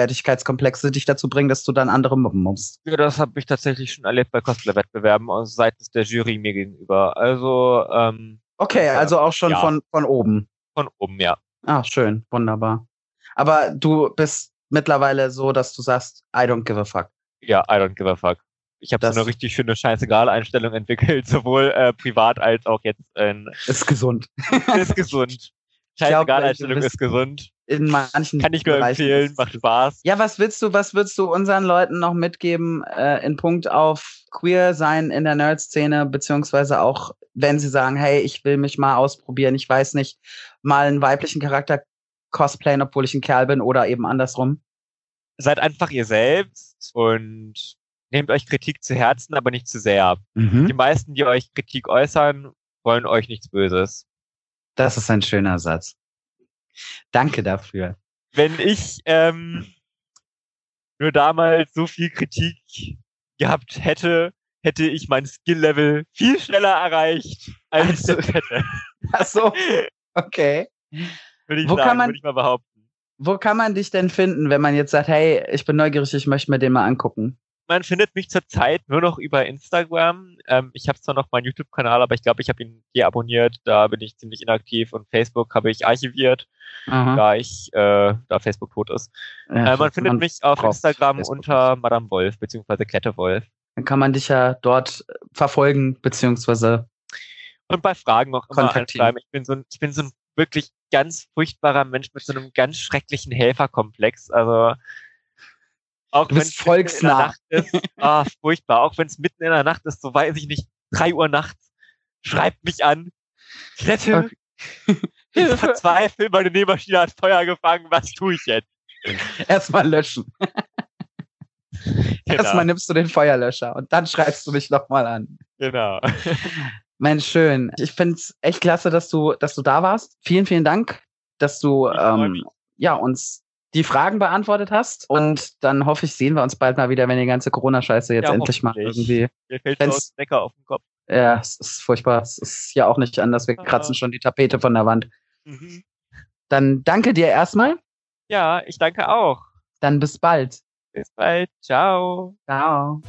Speaker 2: Minderwertigkeitskomplexe dich dazu bringen, dass du dann andere mobben musst.
Speaker 5: Ja, das habe ich tatsächlich schon erlebt bei Cosplay-Wettbewerben aus- seitens der Jury mir gegenüber. Also ähm,
Speaker 2: Okay,
Speaker 5: Ja.
Speaker 2: also auch schon
Speaker 5: Ja.
Speaker 2: von, von oben.
Speaker 5: von oben, ja.
Speaker 2: Ah, schön, wunderbar. Aber du bist mittlerweile so, dass du sagst, I don't give a fuck.
Speaker 5: Ja, I don't give a fuck. Ich habe so
Speaker 2: Das-
Speaker 5: eine richtig schöne Scheißegal-Einstellung entwickelt, sowohl äh, privat als auch jetzt in
Speaker 2: Ist gesund.
Speaker 5: ist gesund. Scheißegal-Einstellung ist gesund.
Speaker 2: In manchen
Speaker 5: Kann ich nur
Speaker 2: Bereichen
Speaker 5: empfehlen,
Speaker 2: ist-
Speaker 5: macht Spaß.
Speaker 2: Ja, was willst du, was würdest du unseren Leuten noch mitgeben äh, in Punkt auf queer sein in der Nerd-Szene, beziehungsweise auch, wenn sie sagen, hey, ich will mich mal ausprobieren, ich weiß nicht, mal einen weiblichen Charakter cosplayen, obwohl ich ein Kerl bin oder eben andersrum.
Speaker 5: Seid einfach ihr selbst und nehmt euch Kritik zu Herzen, aber nicht zu sehr.
Speaker 2: Mhm.
Speaker 5: Die meisten, die euch Kritik äußern, wollen euch nichts Böses.
Speaker 2: Das ist ein schöner Satz. Danke dafür.
Speaker 5: wenn ich ähm, nur damals so viel Kritik gehabt hätte, hätte ich mein Skill-Level viel schneller erreicht, als ich
Speaker 2: Also,
Speaker 5: das hätte.
Speaker 2: Ach so, okay.
Speaker 5: Würde ich
Speaker 2: Wo
Speaker 5: sagen,
Speaker 2: kann man-
Speaker 5: würde ich mal behaupten.
Speaker 2: Wo kann man dich denn finden, wenn man jetzt sagt, hey, ich bin neugierig, ich möchte mir den mal angucken?
Speaker 5: Man findet mich zurzeit nur noch über Instagram. Ähm, ich habe zwar noch meinen YouTube-Kanal, aber ich glaube, ich habe ihn deabonniert. Da bin ich ziemlich inaktiv und Facebook habe ich archiviert,
Speaker 2: Aha.
Speaker 5: da ich, äh, da Facebook tot ist.
Speaker 2: Ja,
Speaker 5: Äh, man findet mich auf
Speaker 2: braucht
Speaker 5: Instagram
Speaker 2: Facebook
Speaker 5: unter Madame Wolf beziehungsweise Klette Wolf.
Speaker 2: Dann kann man dich ja dort äh, verfolgen, beziehungsweise
Speaker 5: und bei Fragen auch immer
Speaker 2: Kontaktieren.
Speaker 5: anschreiben. Ich bin so ein, ich bin so ein wirklich ganz furchtbarer Mensch mit so einem ganz schrecklichen Helferkomplex. Also auch
Speaker 2: Du bist
Speaker 5: wenn's mitten
Speaker 2: volksnah.
Speaker 5: in der Nacht ist, ah, furchtbar. Auch wenn es mitten in der Nacht ist, so weiß ich nicht, drei Uhr nachts, schreibt mich an. Klette, ich verzweifle, meine Nähmaschine hat Feuer gefangen, was tue ich jetzt?
Speaker 2: Erstmal löschen.
Speaker 5: Genau,
Speaker 2: Erstmal nimmst du den Feuerlöscher und dann schreibst du mich nochmal an.
Speaker 5: genau.
Speaker 2: Mensch, schön. Ich find's echt klasse, dass du, dass du da warst. Vielen, vielen Dank, dass du
Speaker 5: Ich freu
Speaker 2: ähm,
Speaker 5: mich.
Speaker 2: ja, uns die Fragen beantwortet hast. Und dann hoffe ich, sehen wir uns bald mal wieder, wenn die ganze Corona-Scheiße jetzt
Speaker 5: Ja,
Speaker 2: endlich mal
Speaker 5: hoffentlich.
Speaker 2: irgendwie.
Speaker 5: Mir fällt so
Speaker 2: Wenn's-
Speaker 5: aus Decker auf den Kopf.
Speaker 2: Ja, es ist furchtbar. Es ist ja auch nicht anders. Wir
Speaker 5: Ah.
Speaker 2: kratzen schon die Tapete von der Wand.
Speaker 5: Mhm.
Speaker 2: Dann danke dir erstmal.
Speaker 5: Ja, ich danke auch.
Speaker 2: Dann bis bald.
Speaker 5: Bis bald. Ciao.
Speaker 2: Ciao.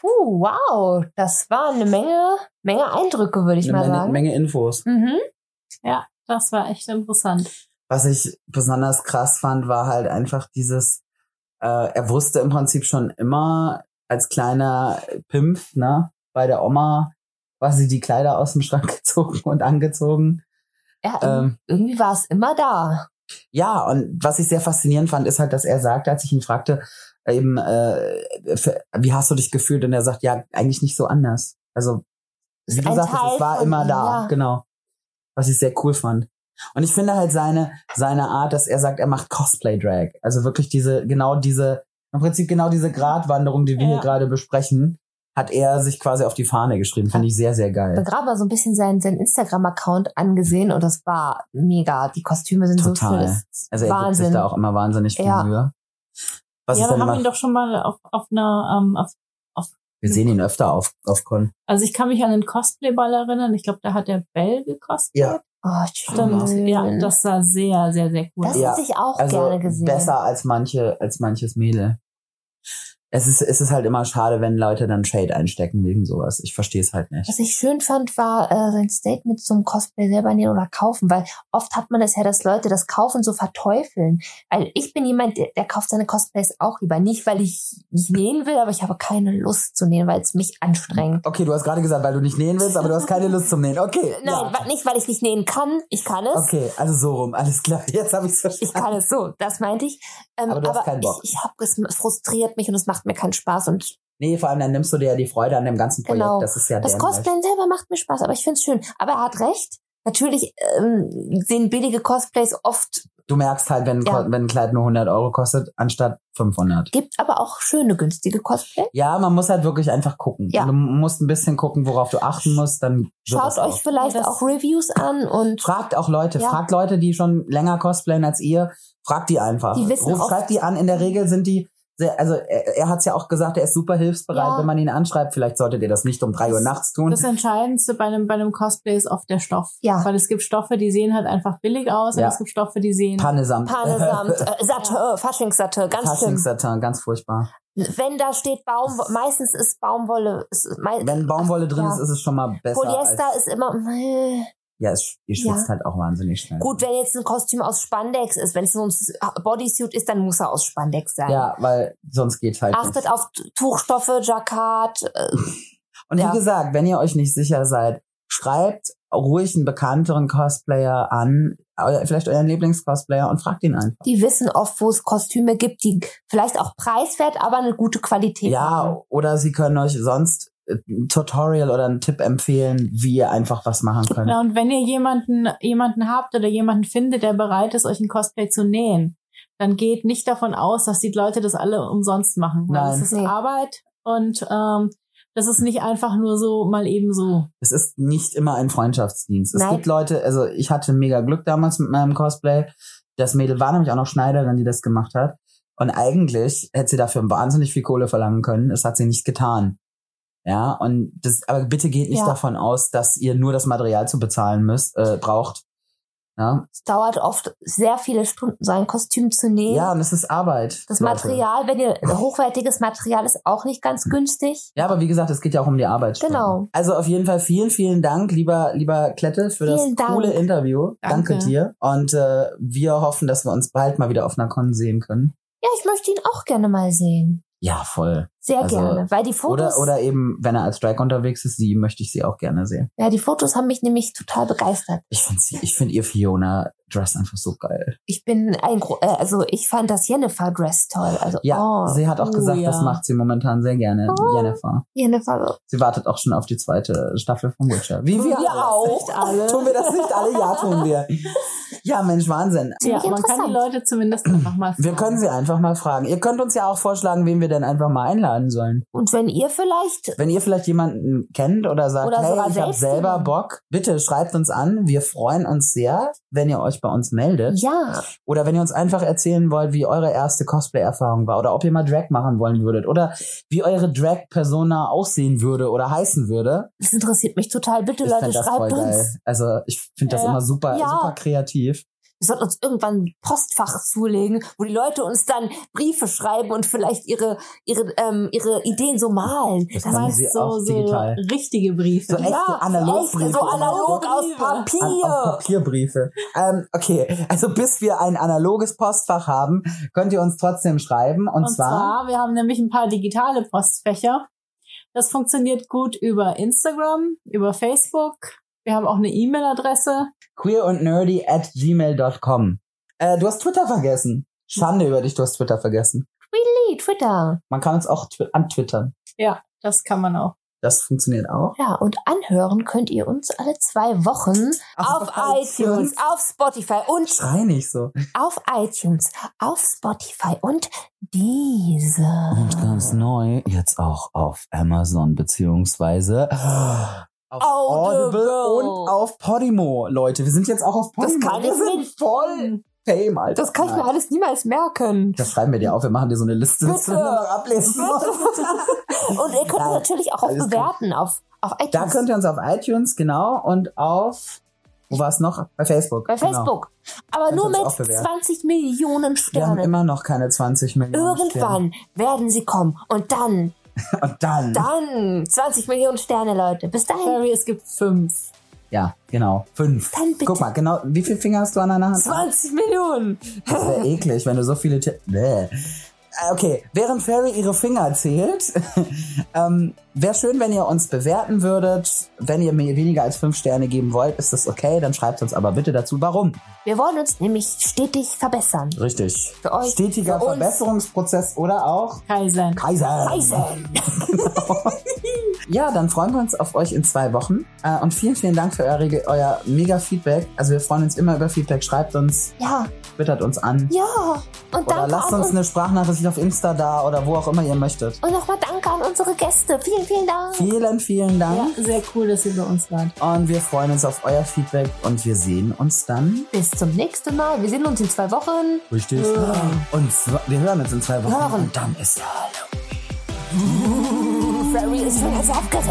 Speaker 3: Puh, wow, das war eine Menge, Menge Eindrücke, würde ich mal
Speaker 2: Eine
Speaker 3: sagen.
Speaker 2: Menge Infos.
Speaker 3: Mhm.
Speaker 4: Das war echt interessant.
Speaker 2: was ich besonders krass fand, war halt einfach dieses, äh, er wusste im Prinzip schon immer als kleiner Pimp, ne, bei der Oma quasi die Kleider aus dem Schrank gezogen und angezogen.
Speaker 3: Ja,
Speaker 2: Ähm,
Speaker 3: irgendwie war es immer da.
Speaker 2: ja, und was ich sehr faszinierend fand, ist halt, dass er sagte, als ich ihn fragte, eben, äh, für, wie hast du dich gefühlt? Und er sagt, ja, eigentlich nicht so anders. Also, wie
Speaker 3: Ist
Speaker 2: du
Speaker 3: ein
Speaker 2: sagtest,
Speaker 3: Teil
Speaker 2: es war
Speaker 3: von
Speaker 2: immer
Speaker 3: ihm,
Speaker 2: da,
Speaker 3: ja.
Speaker 2: genau. Was ich sehr cool fand. Und ich finde halt seine, seine Art, dass er sagt, er macht Cosplay-Drag. Also wirklich diese, genau diese, im Prinzip genau diese Gratwanderung, die wir
Speaker 4: Ja.
Speaker 2: hier gerade besprechen, hat er sich quasi auf die Fahne geschrieben. Finde ich sehr, sehr
Speaker 3: Ich
Speaker 2: geil.
Speaker 3: habe gerade mal so ein bisschen seinen, seinen Instagram-Account angesehen und das war mega. Die Kostüme sind
Speaker 2: Total.
Speaker 3: so frisch.
Speaker 2: Also er gibt sich
Speaker 3: Wahnsinn.
Speaker 2: da auch immer wahnsinnig viel
Speaker 3: Ja.
Speaker 2: Mühe. Was
Speaker 4: ja,
Speaker 2: ist
Speaker 4: wir
Speaker 2: denn
Speaker 4: haben ihn
Speaker 2: immer,
Speaker 4: doch schon mal auf, auf einer, ähm, auf,
Speaker 2: wir sehen ihn öfter auf, auf Con.
Speaker 4: also ich kann mich an den Cosplay-Ball erinnern. Ich glaube, da hat der Bell gekostet.
Speaker 2: Ja,
Speaker 3: Oh,
Speaker 4: Stimmt.
Speaker 3: schön.
Speaker 4: Ja, das war sehr, sehr, sehr cool.
Speaker 3: das
Speaker 4: aus.
Speaker 2: Ja,
Speaker 3: hätte ich auch
Speaker 2: also
Speaker 3: gerne gesehen.
Speaker 2: besser als manche als manches Mädel. Es ist es ist halt immer schade, wenn Leute dann Shade einstecken wegen sowas. Ich verstehe es halt nicht.
Speaker 3: Was ich schön fand, war äh, sein Statement zum Cosplay selber nähen oder kaufen, weil oft hat man das ja, dass Leute das Kaufen so verteufeln. Weil ich bin jemand, der, der kauft seine Cosplays auch lieber. Nicht, weil ich nicht nähen will, aber ich habe keine Lust zu nähen, weil es mich anstrengt.
Speaker 2: Okay, du hast gerade gesagt, weil du nicht nähen willst, aber du hast keine Lust zum Nähen. Okay.
Speaker 3: Nein, wa- nicht, weil ich nicht nähen kann. Ich kann es.
Speaker 2: Okay, also so rum, alles klar. Jetzt habe ich es
Speaker 3: Ich
Speaker 2: verstanden.
Speaker 3: kann es so, das meinte ich. Ähm,
Speaker 2: Aber du hast keinen Bock.
Speaker 3: Ich, ich habe es frustriert mich und es macht mir keinen Spaß. Und
Speaker 2: Nee, vor allem dann nimmst du dir ja die Freude an dem ganzen Projekt.
Speaker 3: Genau.
Speaker 2: Das ist ja
Speaker 3: das
Speaker 2: deren
Speaker 3: Cosplayen selber macht mir Spaß, aber ich finde es schön. Aber er hat recht. Natürlich ähm, sehen billige Cosplays oft
Speaker 2: Recht. Du merkst halt, wenn, ein
Speaker 3: Ja.
Speaker 2: Ko- wenn ein Kleid nur 100 Euro kostet, anstatt 500.
Speaker 3: gibt aber auch schöne, günstige Cosplay.
Speaker 2: Ja, man muss halt wirklich einfach gucken.
Speaker 3: Ja.
Speaker 2: Du musst ein bisschen gucken, worauf du achten musst. Dann wird
Speaker 3: Schaut
Speaker 2: das
Speaker 3: euch
Speaker 2: auch.
Speaker 3: vielleicht
Speaker 4: Ja, das-
Speaker 3: auch Reviews an und
Speaker 2: Fragt auch Leute,
Speaker 3: Ja.
Speaker 2: fragt Leute, die schon länger cosplayen als ihr, fragt die einfach.
Speaker 3: Die wissen
Speaker 2: Ruft,
Speaker 3: oft-
Speaker 2: schreibt die an. In der Regel sind die, sehr, also er, er hat es ja auch gesagt, er ist super hilfsbereit,
Speaker 4: Ja.
Speaker 2: wenn man ihn anschreibt. Vielleicht solltet ihr das nicht um drei Uhr nachts tun.
Speaker 4: Das Entscheidendste bei einem, bei einem Cosplay ist oft der Stoff.
Speaker 3: Ja.
Speaker 4: Weil es gibt Stoffe, die sehen halt einfach billig aus
Speaker 2: Ja.
Speaker 4: und es gibt Stoffe, die sehen.
Speaker 2: Pannesamt.
Speaker 3: Panesamt, äh, Satte, Faschingssatte, ganz schlimm.
Speaker 2: Faschingssatan, ganz furchtbar.
Speaker 3: Wenn da steht Baum, meistens ist Baumwolle, ist, mei
Speaker 2: Wenn Baumwolle drin
Speaker 3: Ja.
Speaker 2: ist, ist es schon mal besser.
Speaker 3: Polyester
Speaker 2: als,
Speaker 3: ist immer, äh,
Speaker 2: ja, es, ihr schwitzt
Speaker 3: Ja.
Speaker 2: halt auch wahnsinnig schnell.
Speaker 3: gut, wenn jetzt ein Kostüm aus Spandex ist, wenn es so ein S- Bodysuit ist, dann muss er aus Spandex sein.
Speaker 2: Ja, weil sonst geht halt nicht.
Speaker 3: Achtet auf T- Tuchstoffe, Jacquard, äh,
Speaker 2: Und wie
Speaker 3: Ja.
Speaker 2: gesagt, wenn ihr euch nicht sicher seid, schreibt ruhig einen bekannteren Cosplayer an, oder vielleicht euren Lieblingscosplayer und fragt ihn einfach.
Speaker 3: die wissen oft, wo es Kostüme gibt, die vielleicht auch preiswert, aber eine gute Qualität haben.
Speaker 2: Ja, oder sie können euch sonst äh, ein Tutorial oder einen Tipp empfehlen, wie ihr einfach was machen
Speaker 3: Genau.
Speaker 2: könnt.
Speaker 4: Ja, und wenn ihr jemanden, jemanden habt oder jemanden findet, der bereit ist, euch ein Cosplay zu nähen, dann geht nicht davon aus, dass die Leute das alle umsonst machen. Weil
Speaker 2: Nein.
Speaker 4: Das ist
Speaker 3: Nee.
Speaker 4: Arbeit und ähm, das ist nicht einfach nur so mal eben so.
Speaker 2: Es ist nicht immer ein Freundschaftsdienst. Es
Speaker 3: Nein.
Speaker 2: gibt Leute, also ich hatte mega Glück damals mit meinem Cosplay. Das Mädel war nämlich auch noch Schneiderin, die das gemacht hat. Und eigentlich hätte sie dafür wahnsinnig viel Kohle verlangen können. Das hat sie nicht getan. Ja, und das, aber bitte geht nicht
Speaker 3: Ja.
Speaker 2: davon aus, dass ihr nur das Material zu bezahlen müsst, äh, braucht. Ja.
Speaker 3: Es dauert oft sehr viele Stunden, so ein Kostüm zu nähen.
Speaker 2: ja, und es ist Arbeit.
Speaker 3: das
Speaker 2: Leute.
Speaker 3: Material, wenn ihr hochwertiges Material ist, auch nicht ganz günstig.
Speaker 2: Ja, aber wie gesagt, es geht ja auch um die Arbeit.
Speaker 3: Genau.
Speaker 2: Also auf jeden Fall vielen, vielen Dank, lieber, lieber Klette, für das
Speaker 3: Vielen Dank.
Speaker 2: coole Interview. Danke,
Speaker 4: Danke.
Speaker 2: dir. Und äh, wir hoffen, dass wir uns bald mal wieder auf einer Con sehen können.
Speaker 3: Ja, ich möchte ihn auch gerne mal sehen.
Speaker 2: Ja, voll.
Speaker 3: Sehr
Speaker 2: Also,
Speaker 3: gerne, weil die Fotos,
Speaker 2: Oder, oder eben, wenn er als Strike unterwegs ist, sie möchte ich sie auch gerne sehen.
Speaker 3: ja, die Fotos haben mich nämlich total begeistert.
Speaker 2: Ich finde sie, ich finde ihr Fiona Dress einfach so geil.
Speaker 3: Ich bin ein, gro- äh, also ich fand das Jennifer Dress toll. Also
Speaker 2: Ja,
Speaker 3: oh,
Speaker 2: sie hat auch
Speaker 4: oh
Speaker 2: gesagt, das
Speaker 4: ja.
Speaker 2: macht sie momentan sehr gerne,
Speaker 3: Oh.
Speaker 2: Jennifer.
Speaker 3: Jennifer,
Speaker 2: Sie wartet auch schon auf die zweite Staffel von Witcher. Wie wir, alle.
Speaker 4: Nicht alle.
Speaker 2: Tun wir das nicht alle? Ja, tun wir. Ja, Mensch, Wahnsinn.
Speaker 3: ziemlich
Speaker 4: ja, man kann
Speaker 3: interessant.
Speaker 4: die Leute zumindest einfach mal
Speaker 2: Wir
Speaker 4: fragen.
Speaker 2: können sie einfach mal fragen. Ihr könnt uns ja auch vorschlagen, wen wir denn einfach mal einladen sollen.
Speaker 3: Und wenn ihr vielleicht
Speaker 2: Wenn ihr vielleicht jemanden kennt oder sagt,
Speaker 3: Oder sogar
Speaker 2: hey, ich habe
Speaker 3: selbst
Speaker 2: selber
Speaker 3: jemanden.
Speaker 2: Bock, bitte schreibt uns an. Wir freuen uns sehr, wenn ihr euch bei uns meldet.
Speaker 3: ja,
Speaker 2: Oder wenn ihr uns einfach erzählen wollt, wie eure erste Cosplay-Erfahrung war oder ob ihr mal Drag machen wollen würdet oder wie eure Drag-Persona aussehen würde oder heißen würde.
Speaker 3: das interessiert mich total. Bitte
Speaker 2: Ich
Speaker 3: Leute,
Speaker 2: finde das voll
Speaker 3: schreibt
Speaker 2: geil.
Speaker 3: uns.
Speaker 2: Also ich finde das
Speaker 4: Ja.
Speaker 2: immer super,
Speaker 3: Ja.
Speaker 2: super kreativ.
Speaker 3: Wir sollten uns irgendwann ein Postfach zulegen, wo die Leute uns dann Briefe schreiben und vielleicht ihre ihre ähm, ihre Ideen so malen.
Speaker 2: Das
Speaker 3: Das
Speaker 2: machen
Speaker 3: ist
Speaker 2: sie
Speaker 4: so,
Speaker 2: auch
Speaker 4: so
Speaker 2: digital.
Speaker 4: richtige Briefe.
Speaker 2: So echte Analogbriefe.
Speaker 3: echt, so analog aus
Speaker 4: Briefe.
Speaker 2: An, auf
Speaker 3: Papier.
Speaker 2: Papierbriefe. Ähm, okay, also bis wir ein analoges Postfach haben, könnt ihr uns trotzdem schreiben. Und,
Speaker 4: Und
Speaker 2: zwar,
Speaker 4: zwar, wir haben nämlich ein paar digitale Postfächer. Das funktioniert gut über Instagram, über Facebook. Wir haben auch eine E-Mail-Adresse.
Speaker 2: queer und nerdy at gmail.com. Äh, du hast Twitter vergessen. Schande über dich, du hast Twitter vergessen.
Speaker 3: Really, Twitter.
Speaker 2: Man kann uns auch tw antwittern.
Speaker 4: Das kann man auch.
Speaker 2: Das funktioniert auch.
Speaker 3: Ja, und anhören könnt ihr uns alle zwei Wochen auf iTunes, auf Spotify und
Speaker 2: Schrei nicht so.
Speaker 3: auf iTunes, auf Spotify und diese.
Speaker 2: neu, jetzt auch auf Amazon, beziehungsweise auf
Speaker 3: Audible.
Speaker 2: und auf Podimo, Leute. Wir sind jetzt auch auf
Speaker 3: Das
Speaker 2: Podimo.
Speaker 3: kann
Speaker 2: Hm, wir
Speaker 3: ich
Speaker 2: sind
Speaker 3: nicht.
Speaker 2: voll Fame, Alter.
Speaker 3: Das kann ich
Speaker 2: Nein.
Speaker 3: mir alles niemals merken.
Speaker 2: Das schreiben wir dir auf, wir machen dir so eine Liste, dass du
Speaker 3: Bitte.
Speaker 2: nur noch ablesen musst.
Speaker 3: Und ihr könnt
Speaker 2: Nein,
Speaker 3: uns natürlich auch auf
Speaker 2: alles gut.
Speaker 3: bewerten auf, auf iTunes.
Speaker 2: Da könnt ihr uns auf iTunes, genau, und auf, wo war es noch? Bei Facebook.
Speaker 3: bei
Speaker 2: genau.
Speaker 3: Facebook. Aber
Speaker 2: Könnt ihr
Speaker 3: nur
Speaker 2: uns
Speaker 3: mit
Speaker 2: auch bewerten.
Speaker 3: 20 Millionen
Speaker 2: Wir haben
Speaker 3: Sternen.
Speaker 2: immer noch keine 20 Millionen.
Speaker 3: Irgendwann werden sie kommen. Und dann,
Speaker 2: Sterne. Und dann.
Speaker 3: dann 20 Millionen Sterne, Leute. Bis dahin.
Speaker 4: Barry, es gibt fünf.
Speaker 2: Ja, genau. Fünf.
Speaker 3: Dann bitte.
Speaker 2: Guck mal, genau. Wie viele Finger hast du an einer Hand?
Speaker 3: 20 Millionen.
Speaker 2: Das wäre eklig, wenn du so viele. Ti- Bäh. Äh, Okay, während Fairy ihre Finger zählt, ähm, wäre schön, wenn ihr uns bewerten würdet. Wenn ihr mir weniger als fünf Sterne geben wollt, ist das okay. Dann schreibt uns aber bitte dazu, warum.
Speaker 3: Wir wollen uns nämlich stetig verbessern.
Speaker 2: Richtig.
Speaker 3: Für euch,
Speaker 2: Stetiger
Speaker 3: für uns.
Speaker 2: Verbesserungsprozess oder auch
Speaker 4: Kaiser.
Speaker 2: Kaiser.
Speaker 3: Reisen.
Speaker 2: Genau. Ja, dann freuen wir uns auf euch in zwei Wochen. Äh, und vielen, vielen Dank für euer, euer mega Feedback. Also wir freuen uns immer über Feedback. Schreibt uns,
Speaker 3: Ja,
Speaker 2: twittert uns an.
Speaker 3: ja. Und
Speaker 2: Oder
Speaker 3: danke
Speaker 2: lasst
Speaker 3: auch
Speaker 2: uns eine Sprachnachricht auf Insta da oder wo auch immer ihr möchtet.
Speaker 3: Und nochmal danke an unsere Gäste. Vielen, vielen Dank.
Speaker 2: Vielen, vielen
Speaker 4: Ja,
Speaker 2: Dank.
Speaker 4: sehr cool, dass ihr bei uns wart.
Speaker 2: Und wir freuen uns auf euer Feedback und wir sehen uns dann.
Speaker 3: Bis zum nächsten Mal. Wir sehen uns in zwei Wochen.
Speaker 2: Richtig. Und zw- wir hören uns in zwei Wochen.
Speaker 3: Hören.
Speaker 2: Und dann ist Halloween.
Speaker 3: Fairy ist schon ganz aufgeregt.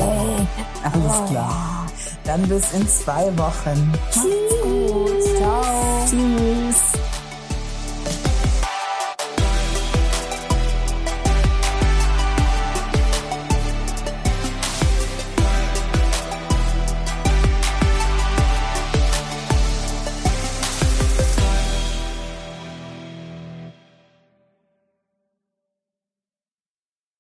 Speaker 2: Alles klar. Dann bis in zwei Wochen.
Speaker 3: Tschüss. Ciao. Tschüss.